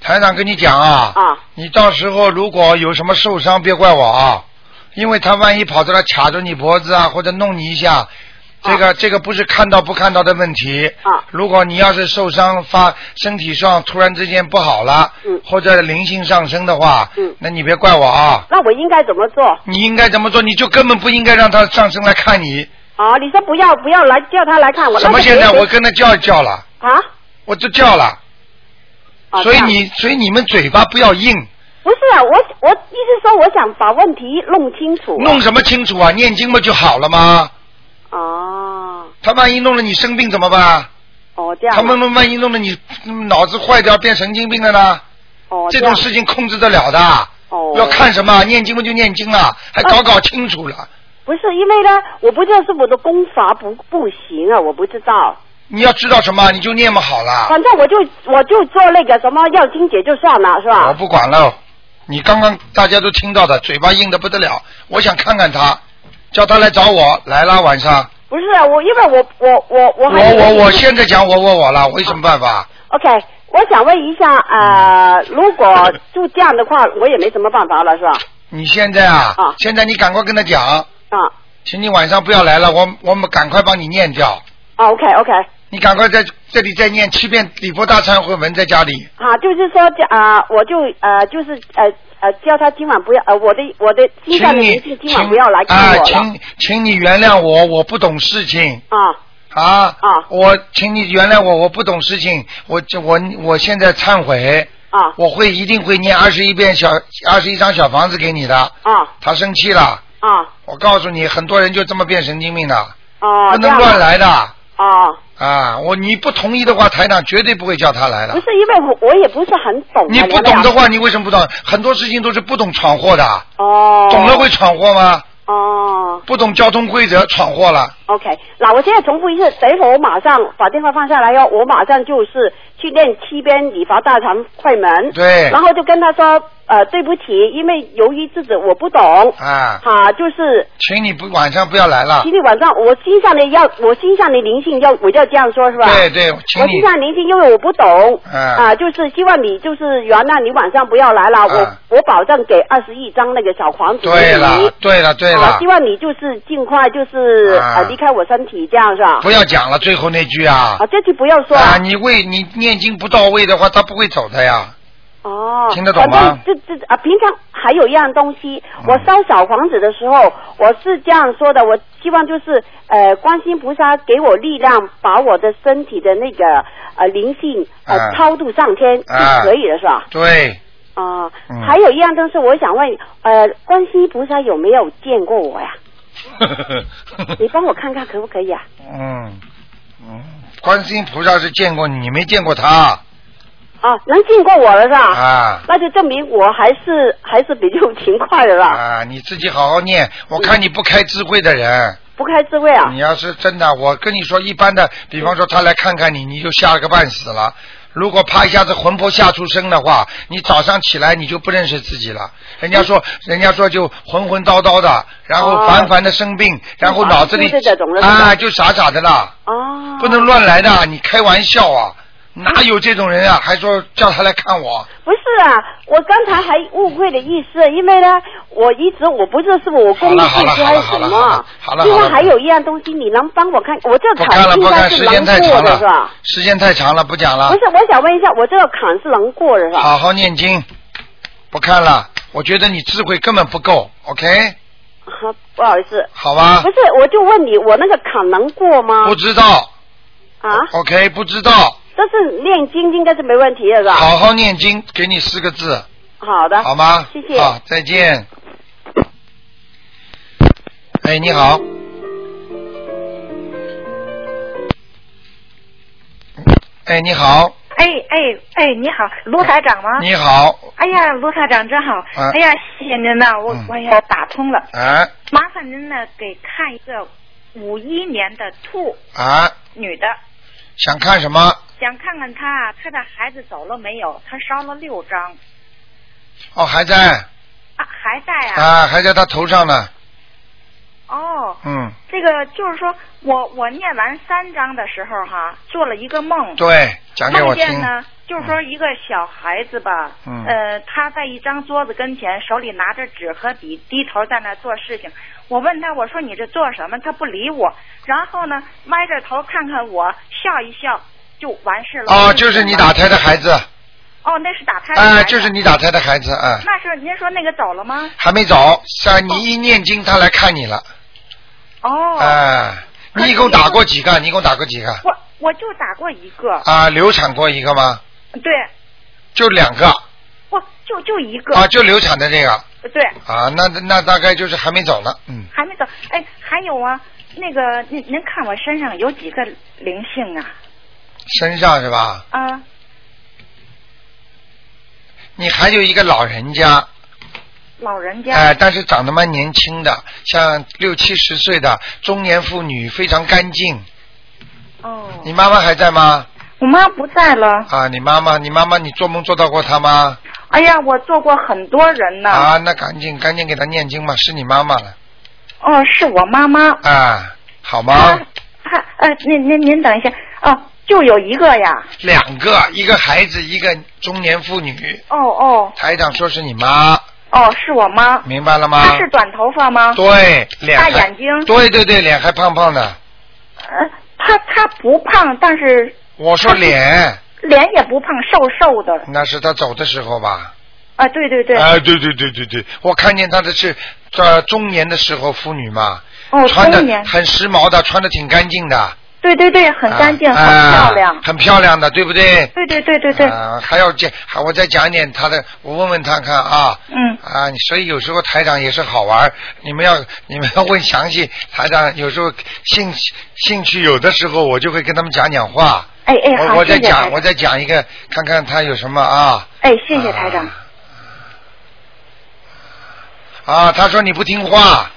台长跟你讲啊，
啊
你到时候如果有什么受伤，别怪我啊，因为他万一跑到来卡着你脖子啊，或者弄你一下，这个、这个不是看到不看到的问题。
啊
如果你要是受伤发身体上突然之间不好了，
嗯
或者灵性上升的话，
嗯
那你别怪我啊。
那我应该怎么做？
你应该怎么做？你就根本不应该让他上身来看你。
啊，你说不要不要来叫他来看我，
什
那
么？
个
现在
谁
我跟他叫一叫了，
啊，
我就叫了。
啊
所以
这样
你，所以你们嘴巴不要硬，
不是啊，我我意思说我想把问题弄清楚
弄什么清楚啊？念经不就好了吗？
啊，
他万一弄了你生病怎么办？
哦这样啊，
他们弄万一弄得你嗯脑子坏掉变神经病了呢？
哦
这
样
种事情控制得了的。
哦
要看什么？念经不就念经了，还搞搞清楚了。
不是因为呢，我不知道是我的功法不不行啊，我不知道。
你要知道什么，你就念嘛好了。
反正我就我就做那个什么药精解就算了，是
我
吧？
不管了，你刚刚大家都听到的，嘴巴硬的不得了。我想看看他，叫他来找我来啦，晚上。
不是啊，我因为我我我我
我
还
我我现在讲我我我了，我有什么办法？
OK，我想问一下，
嗯
呃，如果就这样的话，我也没什么办法了，是吧？
你现在啊，
啊
现在你赶快跟他讲，
啊
请你晚上不要来了，我我们赶快帮你念掉。
啊，OK OK，
你赶快在这里再念七遍礼佛大忏悔文，在家里。
啊，就是说这啊、我就呃就是呃呃叫他今晚不要呃我的我的心上
请
的
你
灵
请
性今晚不要来
啊
看，我了
请请你原谅我，我不懂事情
啊
啊
啊
我请你原谅我，我不懂事情，我这我我现在忏悔，
啊
我会一定会念二十一遍小二十一张小房子给你的。
啊
他生气了，
啊
我告诉你，很多人就这么变神经病的，
啊，
不
这
能
样
乱
啊
来的
啊，
啊！我你不同意的话，台长绝对不会叫他来的
不。是因为我我也不是很懂啊，
你不
们俩
懂的话，你为什么不懂？很多事情都是不懂闯祸的。
哦，
懂了会闯祸吗？
哦
不懂交通规则闯祸了。
，OK，那我现在重复一次，等一会儿我马上把电话放下来哟，我马上就是去练七边理发大肠快门，
对
然后就跟他说呃对不起，因为由于自己我不懂，
啊，
啊就是
请你不晚上不要来了
今。天晚上我心上的要，我心上的灵性要，我就这样说是吧？
对对，请
我
你
心上的灵性，因为我不懂，
嗯
啊，就是希望你就是原谅你晚上不要来了，
嗯
我我保证给二十一张那个小房子给
对
你
了，对了，对
啊
了
希，望你就是尽快就是、
嗯
呃离开我身体，这样是吧？
不要讲了，最后那句啊
啊，这句不要说
啊，你为你念经不到位的话，他不会走的呀。
哦，
听得懂吗嗯
反正这这啊，平常还有一样东西，我烧小房子的时候，我是这样说的，我希望就是呃，观世音菩萨给我力量，把我的身体的那个呃灵性呃、
啊
超度上天就
啊
可以了，是吧？
对，
啊、
嗯
还有一样东西，我想问呃，观世音菩萨有没有见过 我呀？你帮我看看可不可以啊？
嗯嗯，观世音菩萨是见过你，你没见过他
啊，能见过我了是吧？
啊
那就证明我还是还是比较勤快的啦，
啊！你自己好好念，我看你不开智慧的人。
不开智慧啊。
你要是真的，我跟你说，一般的，比方说他来看看你，你就吓了个半死了。如果啪一下子魂魄吓出声的话，你早上起来你就不认识自己了。人家说，人家说就浑浑叨叨的，然后
哦
烦烦的生病，然后脑子里
就是这种了是吧
啊就傻傻的啦，
哦，
不能乱来的。你开玩笑啊？哪有这种人啊？还说叫他来看我？
不是啊，我刚才还误会了意思，因为呢，我一直我不知道是我
好
功力
了
不
好了
足
好
还
了
是
好
什
了
么。
好了好了
另
好
外
了
还有一样东西，你能帮我看？我这
不
个
看
坎
了不
应该
看，时
是
间
能
太
过
长
的
了
是吧？，
时间太长了，不讲了。啊
不是，我想问一下，我这个坎是能过的是吧？
好好念经，不看了。我觉得你智慧根本不够，OK？
啊不好意思，
好吧
不？是，我就问你，我那个坎能过吗
不？知道
啊，
，OK？不知道，
但是念经应该是没问题的是吧？啊
好好念经，给你四个字，
好的，
好吗？
谢谢
好，再见。哎，你好。哎，你好，
哎哎哎，你好，卢台长吗？
你好，
哎呀，卢台长真好！
啊
哎呀，谢谢您呐，我、
嗯
我也打通了，
啊
麻烦您呢给看一个五一年的兔
啊，
女的，
想看什么？
想看看她她的孩子走了没有？她烧了六张
哦，还在
啊，还在啊？
啊，还在他头上呢。
哦，
嗯，
这个就是说我我念完三章的时候哈，做了一个梦，
对，讲给我
梦
听。
见呢，就是说一个小孩子吧，
嗯
呃，他在一张桌子跟前，手里拿着纸和笔，低头在那儿做事情。我问他，我说你这做什么？他不理我，然后呢，歪着头看看我，笑一笑就完事了。
哦，就是你打胎的孩子，
哦，那是打胎的孩子。
哎，就是你打胎的孩子，哎，
那是您说那个走了吗？
还没走，像你一念经，他来看你了，
哦，
哎，你一共打过几个？你一共打过几个？
我我就打过一个，
啊，流产过一个吗？
对，
就两个
我就就一个，
啊，就流产的这个
对，
啊，那那大概就是还没走呢，嗯，
还没走。哎，还有啊，那个您您看我身上有几个灵性啊？
身上是吧？
啊。
你还有一个老人家，
老人家。
哎、但是长得蛮年轻的，像六七十岁的中年妇女，非常干净。
哦，
你妈妈还在吗？
我妈不在了。
啊，你妈妈，你妈妈，你做梦做到过她吗？
哎呀，我做过很多人呢。
啊，那赶紧赶紧给她念经吧，是你妈妈了
哦，是我妈妈。
啊，好吗
她？她呃，您您您等一下哦，就有一个呀。
两个，一个孩子，一个中年妇女。
哦哦
台长说是你妈，
哦，是我妈。
明白了吗？
她是短头发吗？
对，脸
大
还
眼睛
对对对，脸还胖胖的。
呃，她她不胖，但是
我说
她是
脸，
脸也不胖，瘦瘦的。
那是他走的时候吧？
啊，对对对。
啊，对对对对对，我看见他的是呃中年的时候妇女嘛，
哦，
穿的
中年。
很时髦的，穿的挺干净的，
对对对，很干净，
啊
很漂亮
啊。很漂亮的，对不对？
对对对对对，
啊，还要讲，还我再讲一点他的，我问问他看啊。
嗯。
啊，所以有时候台长也是好玩儿，你们要 你们要问详细。台长有时候兴兴趣，有的时候我就会跟他们讲讲话。
哎哎，
我
好，
我
谢
再
谢台
讲，我
长。
再讲一个，看看他有什么啊。
哎，谢谢台长。
啊。啊，他说你不听话，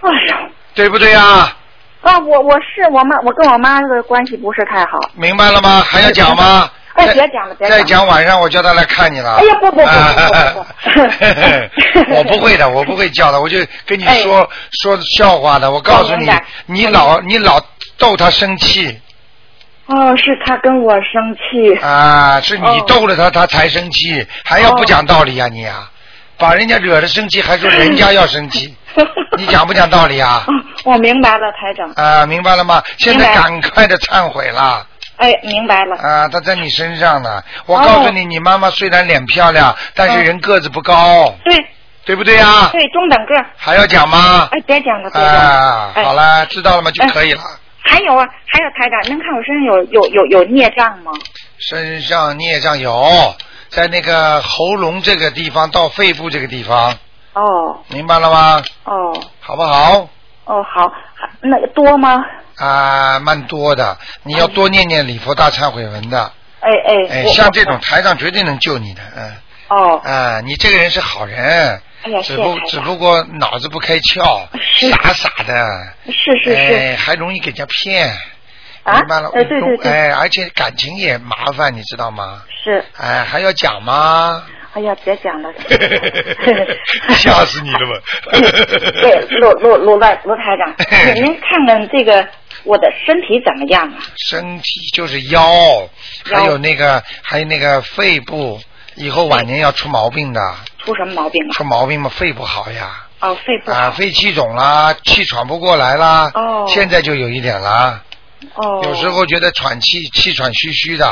哎呦，
对不对啊？
啊，我我是我妈，我跟我妈的关系不是太好。
明白了吗？还要讲吗？
哎
再
别讲了别讲了
再讲晚上我叫他来看你了。
哎呀不不不不不不
我不会的，我不会叫的，我就跟你说、说笑话的。我告诉
我哎明
你
白，
你老你老逗他生气
哦，是他跟我生气。
啊，是你
哦
逗了他，他才生气，还要不讲道理啊你啊，把人家惹得生气，还说人家要生 气，你讲不讲道理啊？
哦，我明白了，台长。
啊，明白了吗？现在
明白
赶快的忏悔啦！
哎，明白了。
啊，他在你身上呢。我
哦
告诉你，你妈妈虽然脸漂亮，但
嗯
是人个子不高，
对
对不对啊？
对，中等个儿。
还要讲吗？
哎，别讲了，别讲
啊
了。，哎
好。了，知道了吗？就可以了。
还有啊，还有台长，您看我身上有有有有孽障吗？
身上孽障有，在那个喉咙这个地方到肺部这个地方，
哦
明白了吗？
哦
好不好？
哦，好，还那个多吗？
啊，蛮多的，你要多念念礼佛大忏悔文的。
哎哎。
哎，
我
像这种台上绝对能救你的，嗯。
哦，
啊，你这个人是好人，
哎呀
只
谢谢
不
台长
只不过脑子不开窍，
是
傻傻的，
是是是。
哎，还容易给人家骗，
啊
明白了？
哎对对对
哎，而且感情也麻烦，你知道吗？
是，
哎，还要讲吗？。
哎呀，别讲了
吓死你了吧
对，罗罗罗大罗台长， 您您看看这个我的身体怎么样啊？
身体就是腰，还有那个还有那个肺部，以后晚年要出毛病的，
出什么毛病了？啊
出毛病嘛，肺不好呀。
哦，肺不好。
啊，肺气肿啦，气喘不过来啦，
哦
现在就有一点啦。
哦。
有时候觉得喘气，气喘吁吁的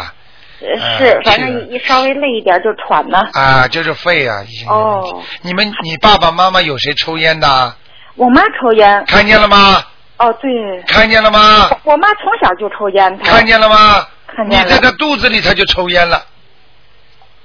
呃
哎
是，反
是
正一一稍微累一点就喘呢。
啊，就是肺啊，已经有问题
哦
你们，你爸爸妈妈有谁抽烟的？
我妈抽烟，
看见了吗？
哦对，
看见了吗？
我妈从小就抽烟，她
看见了吗？
看
你
见
在
了。
他肚子里他就抽烟了，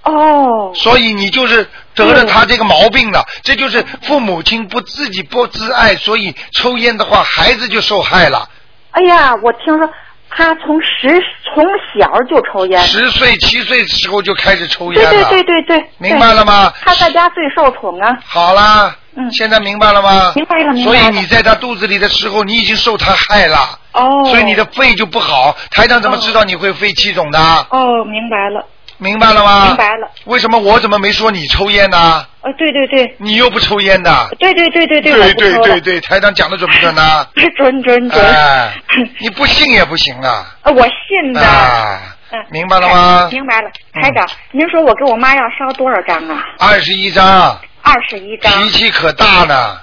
哦
所以你就是得了他这个毛病了。这就是父母亲不自己不自爱，所以抽烟的话，孩子就受害了。
哎呀，我听说他从十从小就抽烟，
十岁、七岁的时候就开始抽
对
烟
对
了。
对对对，
明白了吗
对他在家最受宠啊。
好啦，
嗯
现在明白了吗？
明白了明白
所
了
以你在他肚子里的时候，你已经受他害了。
哦
所以你的肺就不好，台长怎么知道你会肺气肿的？
哦，明白了，
明白了吗？
明白了。
为什么我怎么没说你抽烟呢？
呃，对对对，
你又不抽烟的。
对对对对我
对
不
对
说
对，
了
对台长讲的准不准 呢？
准准准，
哎，你不信也不行啊！
呃我信的。
啊，
嗯
明白了吗？嗯
明白了，台长，您说我给我妈要烧多少张啊？
二十一张，
二十一张，
脾气可大呢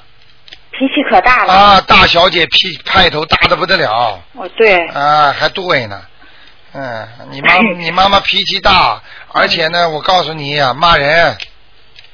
脾气可大了。
啊！大小姐脾派头大的不得了
哦，对，
啊，还对呢。嗯，你 妈你妈妈脾气大，而且呢，我告诉你啊，骂人。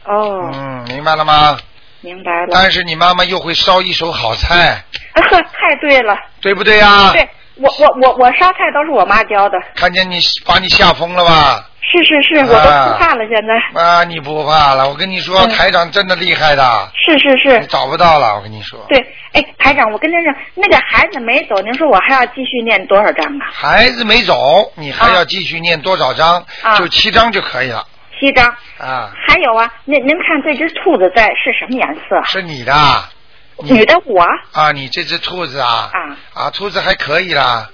哦，
嗯，明白了吗？
明白了。
但是你妈妈又会烧一手好菜，
啊呵，太对了，
对不对呀、
对我我我我烧菜都是我妈教的，
看见你把你吓疯了吧？
是是是，我都不怕了，现在
啊，你不怕了？我跟你说，
嗯
台长真的厉害的，
是是
你
是。
找不到了。我跟你说，
对，哎，台长，我跟您说，那个孩子没走，您说我还要继续念多少章啊？
孩子没走，你还
啊
要继续念多少章？
啊
就七章就可以了
七章。
啊。
还有啊，您您看这只兔子在是什么颜色？
是你的啊，你
女的我
啊，你这只兔子啊
啊
兔子还可以啦。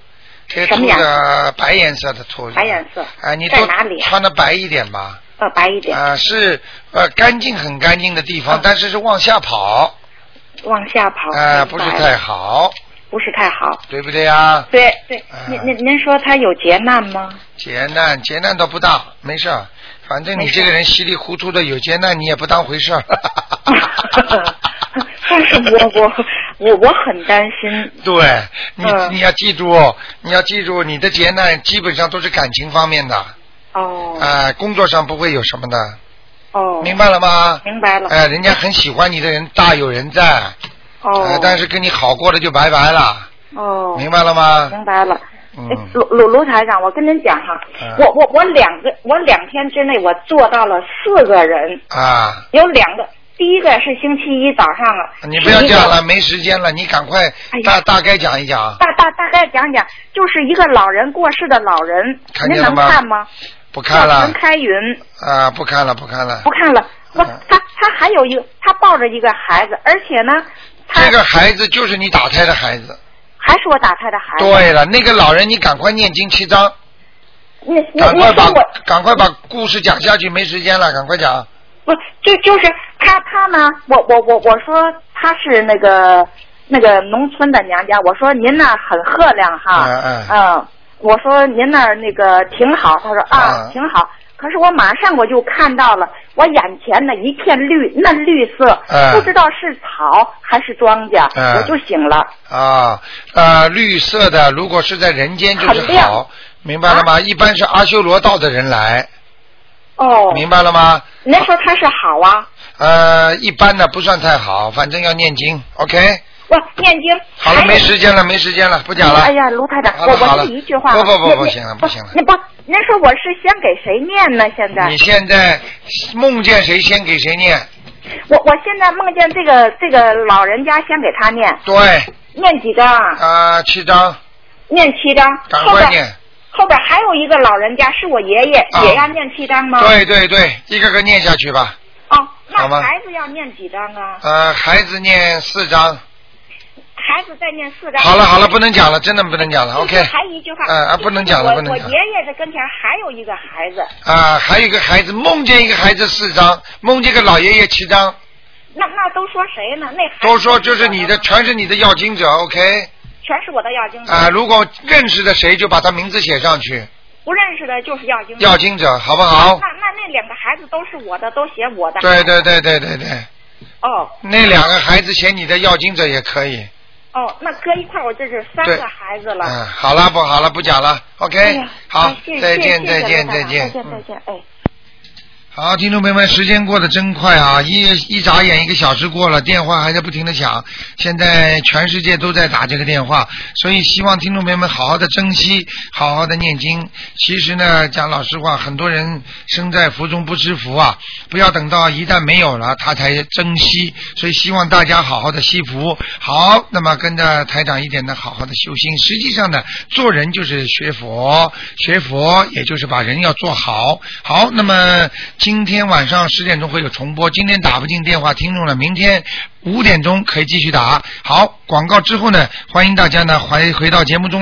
这
什
兔
么颜
子白颜色的兔子，
白颜色
哎，你
在
多
哪里啊
穿的白一点吧。
呃白一点，
啊、是呃干净很干净的地
嗯
方，但是是往下跑，
往下跑。
呃，
哦明白
不是太好，
不是太好。
对不对啊？
对对
啊，
您您您说他有劫难吗？
劫难劫难倒不大，没事儿，反正你
没事
这个人稀里糊涂的，有劫难你也不当回 事儿。
但是我我我我很担心。
对你、
嗯
你要记住，你要记住，你的劫难基本上都是感情方面的，啊、
哦
工作上不会有什么的，
哦，
明白了吗？
明白了
哎、人家很喜欢你的人大有人在，
哦
呃，但是跟你好过了就拜拜了，
哦，
明白了吗？
明白了。哎
嗯，
卢卢卢台长，我跟您讲哈
嗯，
我我我两个，我两天之内我做到了四个人，
啊，
有两个，第一个是星期一早上啊，
你不要讲
是一
了，
个，
没时间了，你赶快
哎呀
大大概讲一讲，
大大大概讲讲，就是一个老人过世的老人
看，
您
见了
能
吗
看吗？
不看了
陈开云，
啊，不看了，不看了
不。看了，我
嗯
他他还有一个，他抱着一个孩子，而且呢，他
这个孩子就是你打胎的孩子。
还是我打胎的孩子。
对了，那个老人，你赶快念经七章，
你你
赶
你
快
说
把
我
赶快把故事讲下去，没时间了，赶快讲。
不就就是他他呢？我我我我说他是那个那个农村的娘家，我说您那儿很赫亮哈，
嗯
我说您那儿那个挺好，他说啊、
嗯
挺好。可是我马上我就看到了，我眼前的一片绿嫩绿色，
嗯
不知道是草还是庄稼，
嗯
我就醒了。
啊，呃，绿色的，如果是在人间就是
很亮啊
好，明白了吗？一般是阿修罗道的人来，
哦，
明白了吗？
您说他是好啊？
呃，一般的不算太好，反正要念经，OK。
我念经。
好了，
还有
没时间了，没时间了，不讲了。
哎呀，卢台长，
好
我
了好了
我就一句话，
不不不
您
不
您
行了不行了
您不，您说我是先给谁念呢？现在
你现在梦见谁先给谁念？
我我现在梦见这个这个老人家，先给他念
对，
念几张啊？
啊、七张，
念七张，
赶
后
快
边
念。
后边还有一个老人家是我爷爷，
啊
也要念七张吗？。
对对对，一个个念下去吧。
哦，
好吗
那孩子要念几张啊？
呃，孩子念四张。
孩子再念四张。
好了好了，不能讲了，真的不能讲了。
就是
OK。
还一句话，
嗯啊，不能讲了，
我
不能
我
讲
爷。爷的跟前还有一个孩子，
啊，还有一个孩子梦见一个孩子四张，梦见一个老爷爷七张，
那那都说谁呢？那孩子
都说就是你的，全是你的要经者，OK？
全是我的要经者
啊，如果认识的谁就把他名字写上去，
不认识的就是要经者。
要经者，好不好
那？那那两个孩子都是我的，都写我的。
对。对对对对对，
哦
那两个孩子写你的要经者也可以。
哦，那搁一块儿，我这是三
对
个孩子了。
嗯，好了，不好了，不讲了，OK？
哎呀
好
哎谢，谢
再见
谢谢
再见
卢台
再
长
见
再见
嗯
再见，哎。
好，听众朋友们，时间过得真快啊！一一眨眼，一个小时过了，电话还在不停的响。现在全世界都在打这个电话，所以希望听众朋友们好好的珍惜，好好的念经。其实呢，讲老实话，很多人身在福中不知福啊，不要等到一旦没有了，他才珍惜。所以希望大家好好的惜福。好，那么跟着台长一点的好好的修心。实际上呢，做人就是学佛，学佛也就是把人要做好。好，那么今天晚上十点钟会有重播。今天打不进电话，听众了，明天五点钟可以继续打。好，广告之后呢，欢迎大家呢回回到节目中。